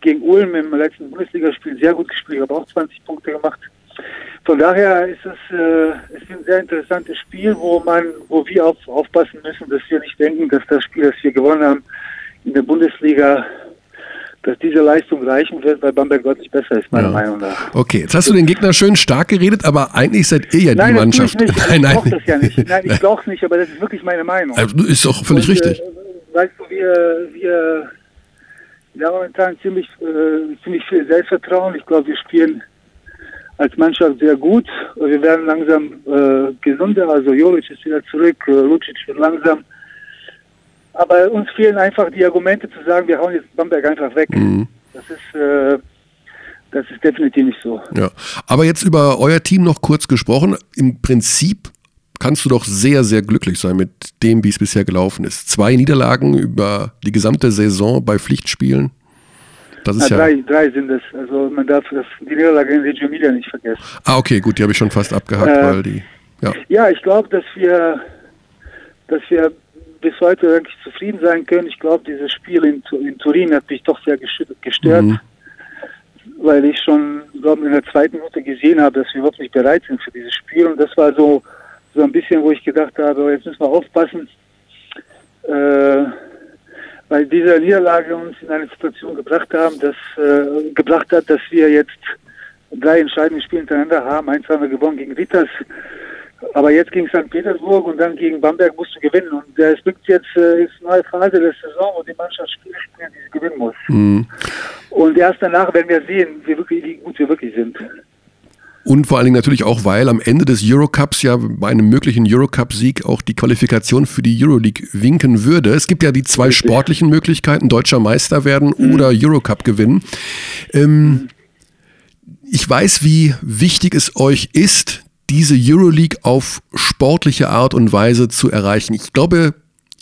Speaker 4: gegen Ulm im letzten Bundesligaspiel. Sehr gut gespielt, aber auch 20 Punkte gemacht. Von daher ist es, äh, es ist ein sehr interessantes Spiel, wo man, wo wir auf, aufpassen müssen, dass wir nicht denken, dass das Spiel, das wir gewonnen haben in der Bundesliga, dass diese Leistung reichen wird, weil Bamberg deutlich besser ist, meiner
Speaker 1: Ja.
Speaker 4: Meinung nach.
Speaker 1: Okay, jetzt hast du den Gegner schön stark geredet, aber eigentlich seid ihr ja die
Speaker 4: natürlich
Speaker 1: Mannschaft.
Speaker 4: Nicht. Ich brauche das ja nicht. Nein, ich brauche es nicht, aber das ist wirklich meine Meinung.
Speaker 1: Also, Ist doch völlig
Speaker 4: Und,
Speaker 1: richtig.
Speaker 4: Äh, weißt du, wir, wir, wir haben momentan ziemlich, äh, ziemlich viel Selbstvertrauen. Ich glaube, wir spielen als Mannschaft sehr gut. Wir werden langsam äh, gesünder. Also Jolic ist wieder zurück, äh, Lucic wird langsam. Aber uns fehlen einfach die Argumente zu sagen, wir hauen jetzt Bamberg einfach weg.
Speaker 1: Mhm.
Speaker 4: Das ist äh, das ist definitiv nicht so.
Speaker 1: Ja. Aber jetzt über euer Team noch kurz gesprochen. Im Prinzip kannst du doch sehr, sehr glücklich sein mit dem, wie es bisher gelaufen ist. Zwei Niederlagen über die gesamte Saison bei Pflichtspielen. Das
Speaker 4: Na,
Speaker 1: ist ja.
Speaker 4: Ah, drei, drei sind es. Also man darf das, die Niederlage in Reggio Emilia nicht vergessen.
Speaker 1: Ah, okay, gut, die habe ich schon fast abgehakt,
Speaker 4: Äh,
Speaker 1: weil die. Ja.
Speaker 4: Ja, ich glaube, dass wir, dass wir bis heute wirklich zufrieden sein können. Ich glaube, dieses Spiel in, Tu- in Turin hat mich doch sehr gesch- gestört, weil ich schon, glaube in der zweiten Minute gesehen habe, dass wir überhaupt nicht bereit sind für dieses Spiel. Und das war so, so ein bisschen, wo ich gedacht habe, oh, jetzt müssen wir aufpassen, äh, weil diese Niederlage uns in eine Situation gebracht haben, dass äh, gebracht hat, dass wir jetzt drei entscheidende Spiele hintereinander haben. Eins haben wir gewonnen gegen Ritters, aber jetzt gegen St. Petersburg und dann gegen Bamberg musst du gewinnen. Und äh, es gibt jetzt äh, ist eine neue Phase der Saison, wo die Mannschaft Spiele spielt, die sie gewinnen muss. Und erst danach werden wir sehen, wie, wirklich, wie gut wir wirklich sind.
Speaker 1: Und vor allen Dingen natürlich auch, weil am Ende des Eurocups ja bei einem möglichen Eurocup-Sieg auch die Qualifikation für die Euroleague winken würde. Es gibt ja die zwei sportlichen Möglichkeiten, deutscher Meister werden oder Eurocup gewinnen. Ähm, ich weiß, wie wichtig es euch ist, diese Euroleague auf sportliche Art und Weise zu erreichen. Ich glaube,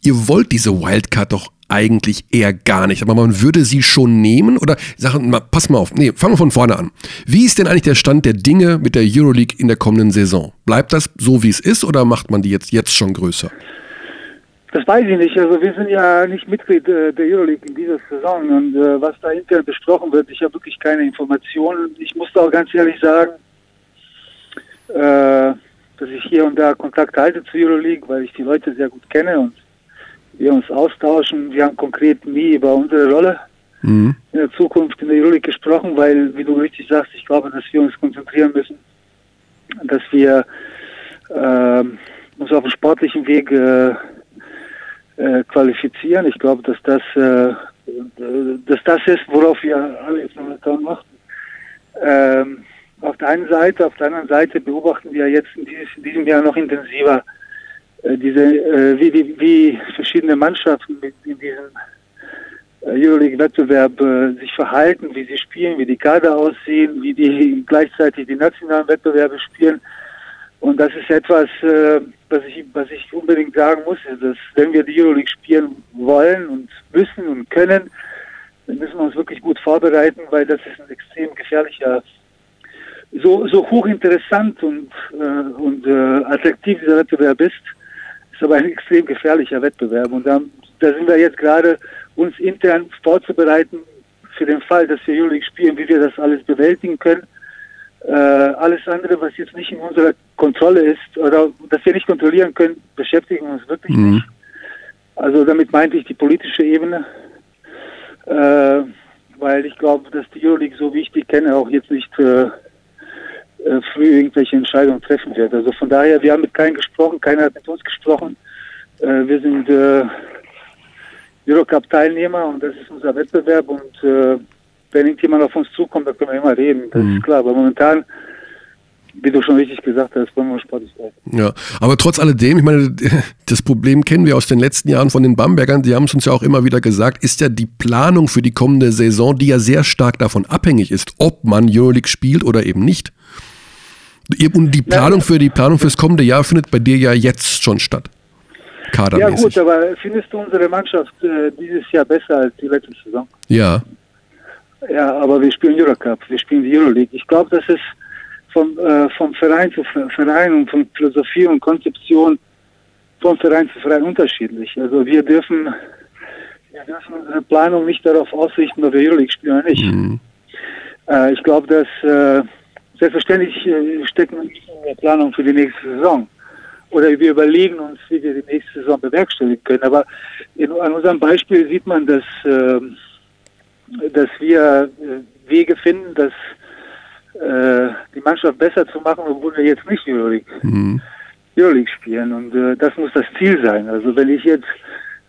Speaker 1: ihr wollt diese Wildcard doch eigentlich eher gar nicht, aber man würde sie schon nehmen oder sagen, mal, pass mal auf, nee, fangen wir von vorne an. Wie ist denn eigentlich der Stand der Dinge mit der Euroleague in der kommenden Saison? Bleibt das so, wie es ist oder macht man die jetzt, jetzt schon größer?
Speaker 4: Das weiß ich nicht. Also wir sind ja nicht Mitglied äh, der Euroleague in dieser Saison und äh, was da intern besprochen wird, ich habe wirklich keine Informationen. Ich muss da auch ganz ehrlich sagen, äh, dass ich hier und da Kontakt halte zu Euroleague, weil ich die Leute sehr gut kenne und wir uns austauschen. Wir haben konkret nie über unsere Rolle in der Zukunft in der Euroleague gesprochen, weil, wie du richtig sagst, ich glaube, dass wir uns konzentrieren müssen, dass wir ähm, uns auf dem sportlichen Weg äh, äh, qualifizieren. Ich glaube, dass das, äh, äh, dass das ist, worauf wir alle jetzt momentan machen. Ähm, auf der einen Seite, auf der anderen Seite beobachten wir jetzt in, dieses, in diesem Jahr noch intensiver äh, diese, äh, wie, wie, wie verschiedene Mannschaften mit, in diesem äh, Euroleague-Wettbewerb äh, sich verhalten, wie sie spielen, wie die Kader aussehen, wie die gleichzeitig die nationalen Wettbewerbe spielen. Und das ist etwas, äh, was, ich, was ich unbedingt sagen muss, ist, dass wenn wir die Euroleague spielen wollen und müssen und können, dann müssen wir uns wirklich gut vorbereiten, weil das ist ein extrem gefährlicher, so, so hochinteressant und, äh, und äh, attraktiv dieser Wettbewerb ist. ist aber ein extrem gefährlicher Wettbewerb. Und da, da sind wir jetzt gerade, uns intern vorzubereiten für den Fall, dass wir Euroleague spielen, wie wir das alles bewältigen können. Äh, alles andere, was jetzt nicht in unserer Kontrolle ist oder das wir nicht kontrollieren können, beschäftigen uns wirklich
Speaker 1: Mhm.
Speaker 4: nicht. Also damit meinte ich die politische Ebene, äh, weil ich glaube, dass die Euroleague, so wie ich die kenne, auch jetzt nicht äh, äh, früh irgendwelche Entscheidungen treffen wird. Also von daher, wir haben mit keinem gesprochen, keiner hat mit uns gesprochen. Äh, wir sind äh, Eurocup-Teilnehmer und das ist unser Wettbewerb und äh, wenn irgendjemand auf uns zukommt, dann können wir immer reden, das ist klar. Aber momentan, wie du schon richtig gesagt hast, wollen wir Sport nicht leisten.
Speaker 1: Ja, aber trotz alledem, ich meine, das Problem kennen wir aus den letzten Jahren von den Bambergern, die haben es uns ja auch immer wieder gesagt, ist ja die Planung für die kommende Saison, die ja sehr stark davon abhängig ist, ob man Euroleague spielt oder eben nicht. Und die Planung für die Planung fürs kommende Jahr findet bei dir ja jetzt schon statt.
Speaker 4: Ja
Speaker 1: Kadermäßig.
Speaker 4: gut, aber findest du unsere Mannschaft äh, dieses Jahr besser als die letzte Saison?
Speaker 1: ja.
Speaker 4: Ja, aber wir spielen Eurocup, wir spielen die Euroleague. Ich glaube, das ist vom, äh, vom Verein zu Ver- Verein und von Philosophie und Konzeption von Verein zu Verein unterschiedlich. Also wir dürfen, wir dürfen unsere Planung nicht darauf ausrichten, ob wir Euroleague spielen oder nicht. Äh, ich glaube, dass äh, selbstverständlich äh, stecken wir nicht in der Planung für die nächste Saison. Oder wir überlegen uns, wie wir die nächste Saison bewerkstelligen können. Aber in, an unserem Beispiel sieht man, dass ähm, dass wir äh, Wege finden, dass äh, die Mannschaft besser zu machen, obwohl wir jetzt nicht Euroleague,
Speaker 1: Mhm.
Speaker 4: Euroleague spielen. Und äh, das muss das Ziel sein. Also wenn ich jetzt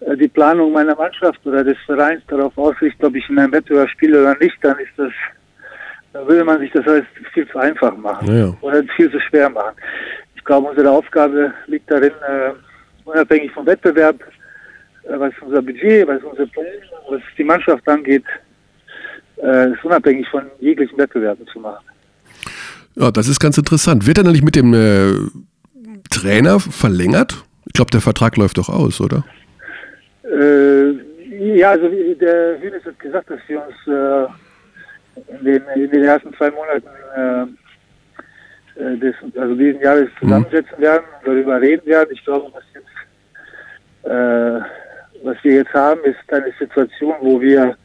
Speaker 4: äh, die Planung meiner Mannschaft oder des Vereins darauf ausrichte, ob ich in einem Wettbewerb spiele oder nicht, dann ist das, dann würde man sich das alles viel zu einfach machen
Speaker 1: Ja, ja.
Speaker 4: oder viel zu schwer machen. Ich glaube, unsere Aufgabe liegt darin, äh, unabhängig vom Wettbewerb, äh, was unser Budget, was unsere Pläne, was die Mannschaft angeht, äh, ist unabhängig von jeglichen Wettbewerben zu machen.
Speaker 1: ja, das ist ganz interessant. Wird er nämlich mit dem äh, Trainer verlängert? Ich glaube, der Vertrag läuft doch aus, oder?
Speaker 4: Äh, ja, also wie der Hünes hat gesagt, dass wir uns äh, in, den, in den ersten zwei Monaten äh, äh, des, also diesen Jahres zusammensetzen werden, darüber reden werden. Ich glaube, was, jetzt, äh, was wir jetzt haben, ist eine Situation, wo wir,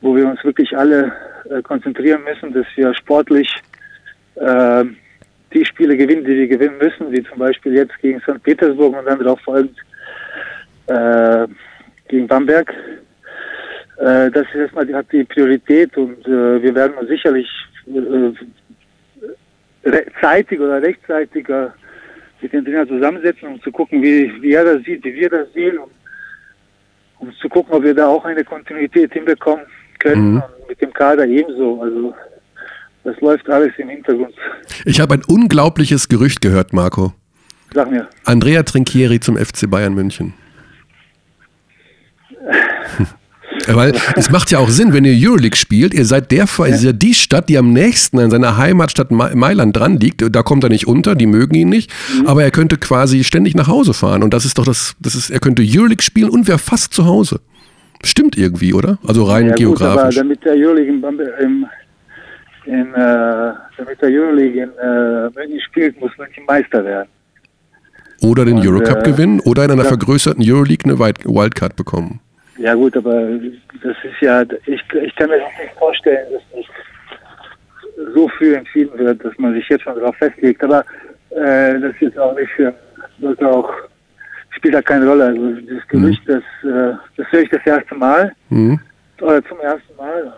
Speaker 4: wo wir uns wirklich alle äh, konzentrieren müssen, dass wir sportlich äh, die Spiele gewinnen, die wir gewinnen müssen, wie zum Beispiel jetzt gegen St. Petersburg und dann darauf folgend äh, gegen Bamberg. Äh, das ist erstmal die, hat die Priorität und äh, wir werden uns sicherlich äh, re- zeitig oder rechtzeitiger mit dem Trainer zusammensetzen, um zu gucken, wie, wie er das sieht, wie wir das sehen, um, um zu gucken, ob wir da auch eine Kontinuität hinbekommen können und mit dem Kader ebenso. Also das läuft alles im Hintergrund.
Speaker 1: Ich habe ein unglaubliches Gerücht gehört, Marco.
Speaker 4: Sag mir.
Speaker 1: Andrea Trinchieri zum FC Bayern München. Ja, Weil es macht ja auch Sinn, wenn ihr Euroleague spielt, ihr seid der, Ver- ihr seid die Stadt, die am nächsten an seiner Heimatstadt Ma- Mailand dran liegt. Da kommt er nicht unter, die mögen ihn nicht.
Speaker 4: Mhm.
Speaker 1: Aber er könnte quasi ständig nach Hause fahren. Und das ist doch das, das ist, er könnte Euroleague spielen und wäre fast zu Hause. Stimmt irgendwie, oder? Also rein
Speaker 4: Ja, gut, aber
Speaker 1: geografisch.
Speaker 4: damit der Euroleague in, Bamberg- im, in, äh, damit der Euroleague in äh, München spielt, muss München Meister werden.
Speaker 1: oder den
Speaker 4: und,
Speaker 1: Eurocup
Speaker 4: äh,
Speaker 1: gewinnen oder in einer
Speaker 4: ja.
Speaker 1: vergrößerten Euroleague eine Wild- Wildcard bekommen.
Speaker 4: Ja gut, aber das ist ja, ich, ich kann mir das nicht vorstellen, dass das so früh entschieden wird, dass man sich jetzt schon darauf festlegt. Aber äh, das ist auch nicht, äh, sollte auch, spielt da keine Rolle. Also das Gerücht, das, äh, das höre ich das erste Mal,
Speaker 1: Hm?
Speaker 4: oder zum ersten Mal,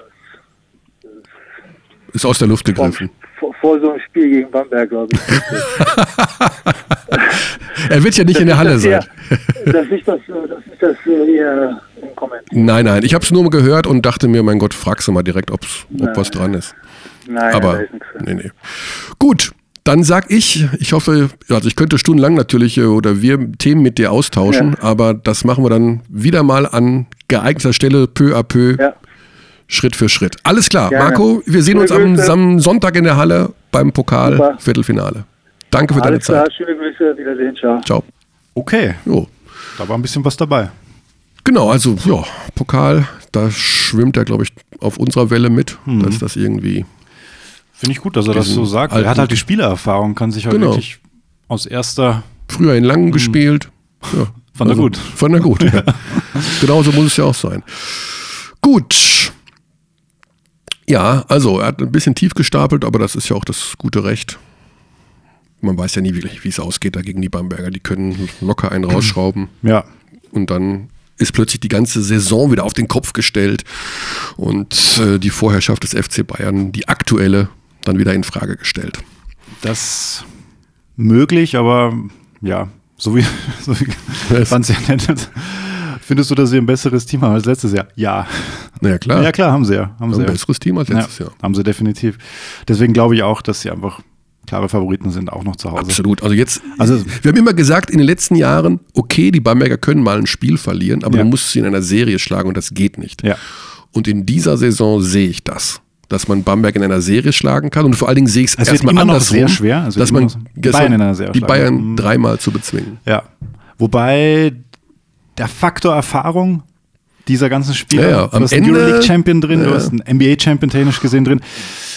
Speaker 1: Ist aus der Luft
Speaker 4: vor,
Speaker 1: gegriffen.
Speaker 4: vor, vor so einem Spiel gegen Bamberg, glaube ich.
Speaker 1: Er wird ja nicht in der Halle
Speaker 4: Das ist
Speaker 1: sein.
Speaker 4: das eher- Das ist das, äh, das, ist das äh, eher im Kommentar.
Speaker 1: Nein, nein, ich habe es nur gehört und dachte mir, mein Gott, fragst du mal direkt, ob's, ob was dran ist.
Speaker 4: Nein, da
Speaker 1: Aber
Speaker 4: ist nichts dran.
Speaker 1: nee, nee. Gut, dann sag ich, ich hoffe, also ich könnte stundenlang natürlich äh, oder wir Themen mit dir austauschen, aber das machen wir dann wieder mal an geeigneter Stelle peu à peu,
Speaker 4: Ja.
Speaker 1: Schritt für Schritt. Alles klar,
Speaker 4: Gerne.
Speaker 1: Marco, wir sehen
Speaker 4: Schöne
Speaker 1: uns am
Speaker 4: Grüße.
Speaker 1: Sam- Sonntag in der Halle beim Pokal
Speaker 4: Super.
Speaker 1: Viertelfinale. Danke für
Speaker 4: Alles
Speaker 1: deine
Speaker 4: klar,
Speaker 1: Zeit.
Speaker 4: schöne Grüße, wiedersehen, ciao.
Speaker 1: Ciao.
Speaker 2: Okay,
Speaker 1: Jo.
Speaker 2: da war ein bisschen was dabei.
Speaker 1: Genau, also ja, Pokal, da schwimmt er, glaube ich, auf unserer Welle mit, dass das irgendwie
Speaker 2: Finde ich gut, dass er das so sagt. Er
Speaker 1: alten-
Speaker 2: hat halt die Spielererfahrung, kann sich halt
Speaker 1: Genau.
Speaker 2: wirklich aus erster
Speaker 1: früher in Langen gespielt, Ja.
Speaker 2: Hm.
Speaker 1: Also,
Speaker 2: Fand er gut.
Speaker 1: Fand er gut. Ja. Genauso muss es ja auch sein. Gut. Ja, also er hat ein bisschen tief gestapelt, aber das ist ja auch das gute Recht. Man weiß ja nie wirklich, wie es ausgeht da gegen die Bamberger. Die können locker einen rausschrauben
Speaker 2: Ja.
Speaker 1: und dann ist plötzlich die ganze Saison wieder auf den Kopf gestellt und äh, die Vorherrschaft des FC Bayern, die aktuelle, dann wieder in Frage gestellt.
Speaker 2: Das möglich, aber ja, so wie, so wie
Speaker 1: Was?
Speaker 2: fand's ja nett. Findest du, dass sie ein besseres Team haben als letztes Jahr? Ja.
Speaker 1: Na ja, klar.
Speaker 2: Ja, klar, haben sie ja. Haben sie
Speaker 1: Ein
Speaker 2: ja.
Speaker 1: besseres Team als letztes
Speaker 2: ja,
Speaker 1: Jahr.
Speaker 2: Haben sie definitiv. Deswegen glaube ich auch, dass sie einfach klare Favoriten sind, auch noch zu Hause.
Speaker 1: Absolut. Also jetzt,
Speaker 2: Also-
Speaker 1: wir haben immer gesagt in den letzten Jahren, okay, die Bamberger können mal ein Spiel verlieren, aber
Speaker 2: Ja.
Speaker 1: du musst sie in einer Serie schlagen und das geht nicht.
Speaker 2: Ja.
Speaker 1: Und in dieser Saison sehe ich das, dass man Bamberg in einer Serie schlagen kann und vor allen Dingen sehe ich es
Speaker 2: Es wird
Speaker 1: erstmal
Speaker 2: immer noch
Speaker 1: andersrum,
Speaker 2: sehr schwer. Es wird
Speaker 1: dass
Speaker 2: immer
Speaker 1: man
Speaker 2: noch so-
Speaker 1: dass man
Speaker 2: Bayern in einer Serie
Speaker 1: die
Speaker 2: schlagen. Mhm.
Speaker 1: Bayern dreimal zu bezwingen.
Speaker 2: Ja. Wobei der Faktor Erfahrung dieser ganzen Spieler,
Speaker 1: Ja, ja, am
Speaker 2: du hast einen
Speaker 1: Ende-
Speaker 2: Euroleague-Champion drin,
Speaker 1: Ja.
Speaker 2: du hast einen NBA-Champion technisch gesehen drin.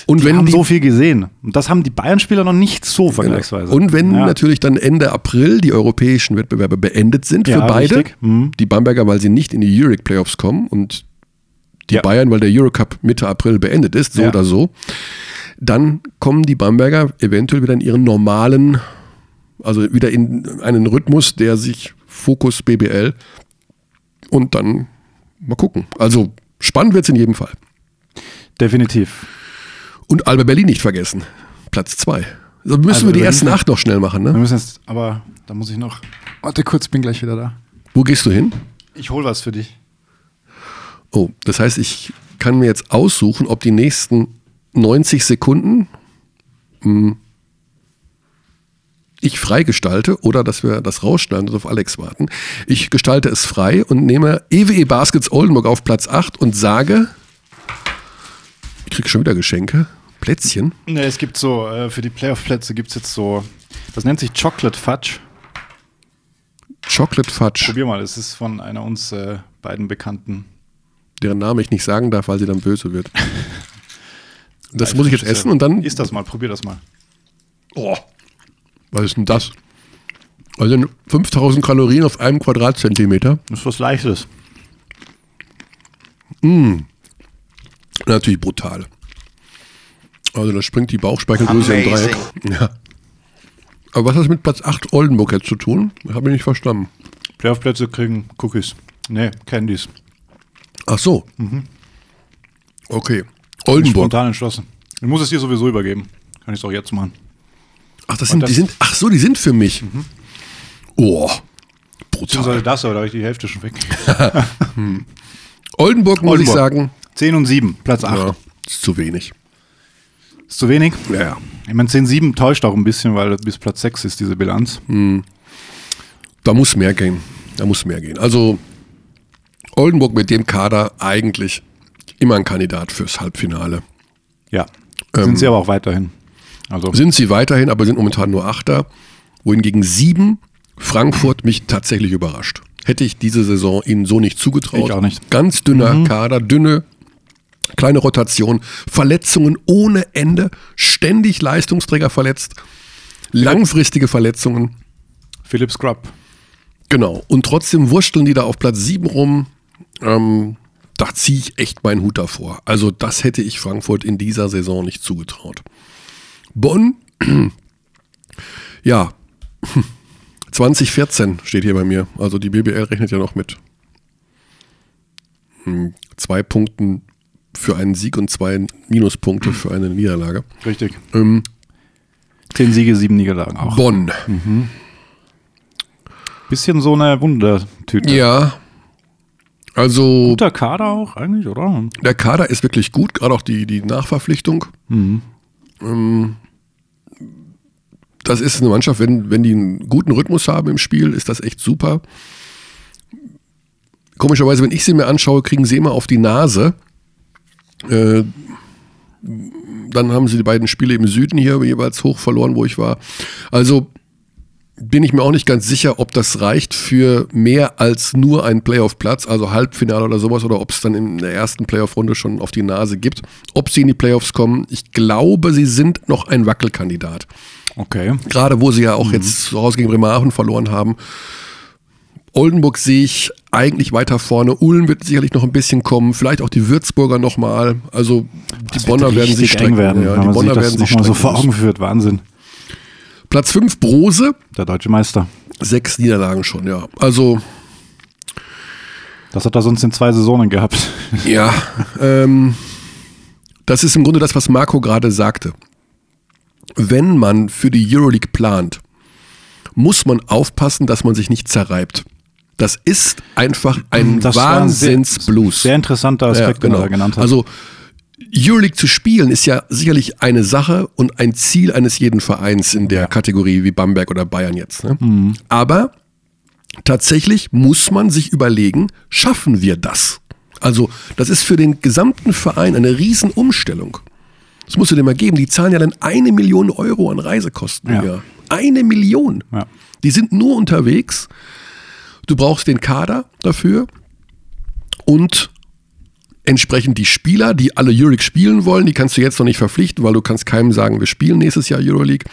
Speaker 1: Und
Speaker 2: die
Speaker 1: wenn
Speaker 2: haben
Speaker 1: die- Genau.
Speaker 2: so viel gesehen. Und das haben die Bayern-Spieler noch nicht so vergleichsweise.
Speaker 1: Und wenn
Speaker 2: ja.
Speaker 1: natürlich dann Ende April die europäischen Wettbewerbe beendet sind
Speaker 2: Ja,
Speaker 1: für beide,
Speaker 2: richtig. Mhm.
Speaker 1: die Bamberger, weil sie nicht in die Euroleague Playoffs kommen und die
Speaker 2: Ja.
Speaker 1: Bayern, weil der Eurocup Mitte April beendet ist, so
Speaker 2: Ja.
Speaker 1: oder so, dann kommen die Bamberger eventuell wieder in ihren normalen, also wieder in einen Rhythmus, der sich Fokus BBL und dann mal gucken. Also spannend wird es in jedem Fall.
Speaker 2: Definitiv.
Speaker 1: Und Alba Berlin nicht vergessen. Platz zwei. So müssen
Speaker 2: Alba
Speaker 1: wir die
Speaker 2: Berlin.
Speaker 1: ersten acht noch schnell machen,
Speaker 2: Wir
Speaker 1: ne?
Speaker 2: müssen jetzt, aber da muss ich noch. Warte kurz, bin gleich wieder da.
Speaker 1: Wo gehst du hin?
Speaker 2: Ich hol was für dich.
Speaker 1: Oh, das heißt, ich kann mir jetzt aussuchen, ob die nächsten 90 Sekunden hm, ich frei gestalte oder dass wir das rausschneiden und auf Alex warten. Ich gestalte es frei und nehme EWE Baskets Oldenburg auf Platz 8 und sage, ich kriege schon wieder Geschenke, Plätzchen.
Speaker 2: Ne, es gibt so, äh, für die Playoff-Plätze gibt es jetzt so, das nennt sich Chocolate Fudge.
Speaker 1: Chocolate Fudge,
Speaker 2: Probier mal, es ist von einer uns äh, beiden Bekannten.
Speaker 1: deren Name ich nicht sagen darf, weil sie dann böse wird. Das muss ich jetzt essen und dann
Speaker 2: Ist das mal, probier das mal.
Speaker 1: Oh, was ist denn das? Also 5000 Kalorien auf einem Quadratzentimeter.
Speaker 2: Ist was Leichtes.
Speaker 1: Natürlich brutal. Also da springt die Bauchspeicheldrüse im Dreieck. Ja. Aber was hat das mit Platz 8 Oldenburg jetzt zu tun? Habe ich nicht verstanden.
Speaker 2: Playoff-Plätze kriegen Cookies. Nee, Candies.
Speaker 1: Ach so. Okay.
Speaker 2: Mhm. Bin
Speaker 1: Oldenburg.
Speaker 2: spontan entschlossen. Ich muss es dir sowieso übergeben. Kann ich es auch jetzt machen.
Speaker 1: Ach, das sind, die sind, ach so, die sind für mich.
Speaker 2: Mhm.
Speaker 1: Oh,
Speaker 2: Beziehungsweise
Speaker 1: brutal.
Speaker 2: das, aber da habe ich die Hälfte schon weg.
Speaker 1: Oldenburg muss ich
Speaker 2: Oldenburg.
Speaker 1: sagen,
Speaker 2: 10 und 7, Platz 8.
Speaker 1: ja, ist zu wenig.
Speaker 2: Ist zu wenig?
Speaker 1: Ja, ja.
Speaker 2: Ich meine, 10 7 täuscht auch ein bisschen, weil bis Platz 6 ist diese Bilanz.
Speaker 1: Hm. Da muss mehr gehen. Da muss mehr gehen. Also Oldenburg mit dem Kader eigentlich immer ein Kandidat fürs Halbfinale.
Speaker 2: Ja. Sind sie aber auch weiterhin. Also,
Speaker 1: Sind Ähm. sie weiterhin, aber sind momentan nur Achter. Wohingegen sieben Frankfurt mich tatsächlich überrascht. Hätte ich diese Saison ihnen so nicht zugetraut.
Speaker 2: Ich auch nicht. Mhm.
Speaker 1: Ganz dünner Kader, dünne, kleine Rotation, Verletzungen ohne Ende, ständig Leistungsträger verletzt, langfristige Verletzungen.
Speaker 2: Philipp Scrub.
Speaker 1: Genau. Und trotzdem wursteln die da auf Platz 7 rum. Ähm, da ziehe ich echt meinen Hut davor. Also, das hätte ich Frankfurt in dieser Saison nicht zugetraut. Bonn, ja, 2014 steht hier bei mir. Also, die BBL rechnet ja noch mit hm, zwei Punkten für einen Sieg und zwei Minuspunkte für eine Niederlage.
Speaker 2: Richtig.
Speaker 1: Ähm,
Speaker 2: 10 Siege, 7 Niederlagen auch.
Speaker 1: Bonn,
Speaker 2: Bisschen so eine Wundertüte.
Speaker 1: ja. Also,
Speaker 2: Guter Kader auch eigentlich, oder?
Speaker 1: Der Kader ist wirklich gut, gerade auch die, die Nachverpflichtung. Ähm, das ist eine Mannschaft, wenn, wenn die einen guten Rhythmus haben im Spiel, ist das echt super. Komischerweise, wenn ich sie mir anschaue, kriegen sie immer auf die Nase. Äh, dann haben sie die beiden Spiele im Süden hier jeweils hoch verloren, wo ich war. Also bin ich mir auch nicht ganz sicher, ob das reicht für mehr als nur einen Playoff-Platz, also Halbfinale oder sowas, oder ob es dann in der ersten Playoff-Runde schon auf die Nase gibt. Ob sie in die Playoffs kommen, ich glaube, sie sind noch ein Wackelkandidat.
Speaker 2: Okay. Mhm.
Speaker 1: Gerade wo sie ja auch jetzt zu Hause gegen Bremerhaven verloren haben, Oldenburg sehe ich eigentlich weiter vorne. Ulm wird sicherlich noch ein bisschen kommen. Vielleicht auch die Würzburger nochmal. Also die
Speaker 2: Das wird
Speaker 1: Bonner werden
Speaker 2: richtig
Speaker 1: sich strecken.
Speaker 2: eng werden,
Speaker 1: ja,
Speaker 2: wenn
Speaker 1: die
Speaker 2: man
Speaker 1: Bonner
Speaker 2: sich das
Speaker 1: werden sich
Speaker 2: nochmal so
Speaker 1: strecken.
Speaker 2: vor Augen führt. Wahnsinn.
Speaker 1: Platz 5 Brose.
Speaker 2: Der deutsche Meister.
Speaker 1: Sechs Niederlagen schon, ja. Also,
Speaker 2: Das hat er sonst in zwei Saisonen gehabt.
Speaker 1: ja. ähm, das ist im Grunde das, was Marco gerade sagte. Wenn man für die Euroleague plant, muss man aufpassen, dass man sich nicht zerreibt. Das ist einfach ein
Speaker 2: Das war ein sehr-
Speaker 1: Wahnsinnsblues.
Speaker 2: Sehr interessanter Aspekt,
Speaker 1: Ja,
Speaker 2: den er da genannt hat.
Speaker 1: Also Euroleague zu spielen ist ja sicherlich eine Sache und ein Ziel eines jeden Vereins in der Kategorie wie Bamberg oder Bayern jetzt. Ne?
Speaker 2: Mhm.
Speaker 1: Aber tatsächlich muss man sich überlegen, schaffen wir das? Also das ist für den gesamten Verein eine Riesenumstellung. Das musst du dir mal geben. Die zahlen ja dann eine Million Euro an Reisekosten.
Speaker 2: Ja.
Speaker 1: Ja. Eine Million.
Speaker 2: Ja.
Speaker 1: Die sind nur unterwegs. Du brauchst den Kader dafür und entsprechend die Spieler, die alle Euroleague spielen wollen, die kannst du jetzt noch nicht verpflichten, weil du kannst keinem sagen, wir spielen nächstes Jahr Euroleague.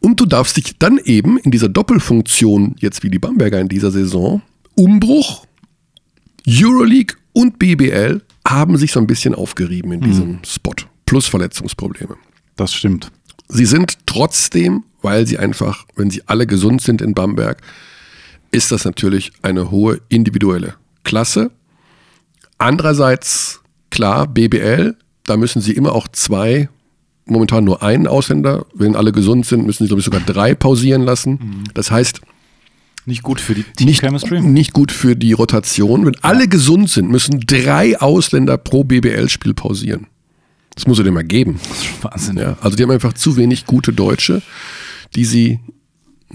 Speaker 1: Und du darfst dich dann eben in dieser Doppelfunktion, jetzt wie die Bamberger in dieser Saison, Umbruch, Euroleague und BBL haben sich so ein bisschen aufgerieben in diesem Spot. Plus Verletzungsprobleme.
Speaker 2: das stimmt.
Speaker 1: Sie sind trotzdem, weil sie einfach, wenn sie alle gesund sind in Bamberg, ist das natürlich eine hohe individuelle Klasse. Andererseits, klar, BBL, da müssen sie immer auch zwei, momentan nur einen Ausländer, wenn alle gesund sind, müssen sie, glaube ich, sogar drei pausieren lassen. Das heißt,
Speaker 2: Nicht gut für die
Speaker 1: nicht,
Speaker 2: Team-Chemistry.
Speaker 1: nicht gut für die Rotation. Wenn alle gesund sind, müssen drei Ausländer pro BBL-Spiel pausieren. Das muss er dir mal geben.
Speaker 2: Wahnsinn.
Speaker 1: Ja, also die haben einfach zu wenig gute Deutsche, die sie,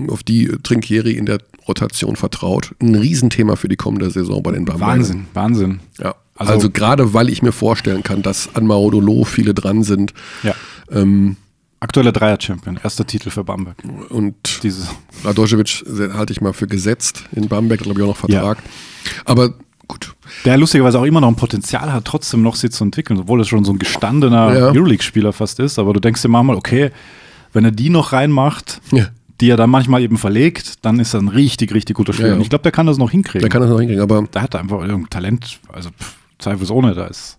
Speaker 1: auf die Trinkieri in der Rotation vertraut. Ein Riesenthema für die kommende Saison bei den Bambergern.
Speaker 2: Wahnsinn, Wahnsinn.
Speaker 1: Ja.
Speaker 2: Also-
Speaker 1: Also, gerade weil ich mir vorstellen kann, dass an Marodolo viele dran sind
Speaker 2: Ja.
Speaker 1: ähm,
Speaker 2: Aktueller Dreier-Champion, erster Titel für Bamberg.
Speaker 1: und
Speaker 2: Dieses.
Speaker 1: Radojevic halte ich mal für gesetzt in Bamberg, glaube ich auch noch Vertrag. Aber gut,
Speaker 2: Der lustigerweise auch immer noch ein Potenzial hat, trotzdem noch sich zu entwickeln, obwohl er schon so ein gestandener
Speaker 1: Ja.
Speaker 2: Euroleague-Spieler fast ist. Aber du denkst dir manchmal, okay, wenn er die noch reinmacht,
Speaker 1: Ja.
Speaker 2: die er dann manchmal eben verlegt, dann ist er ein richtig, richtig guter Spieler.
Speaker 1: Ja, ja.
Speaker 2: Und ich glaube, der kann das noch hinkriegen.
Speaker 1: der kann das noch hinkriegen, aber
Speaker 2: da hat er einfach irgendein Talent, also pff, zweifelsohne, da ist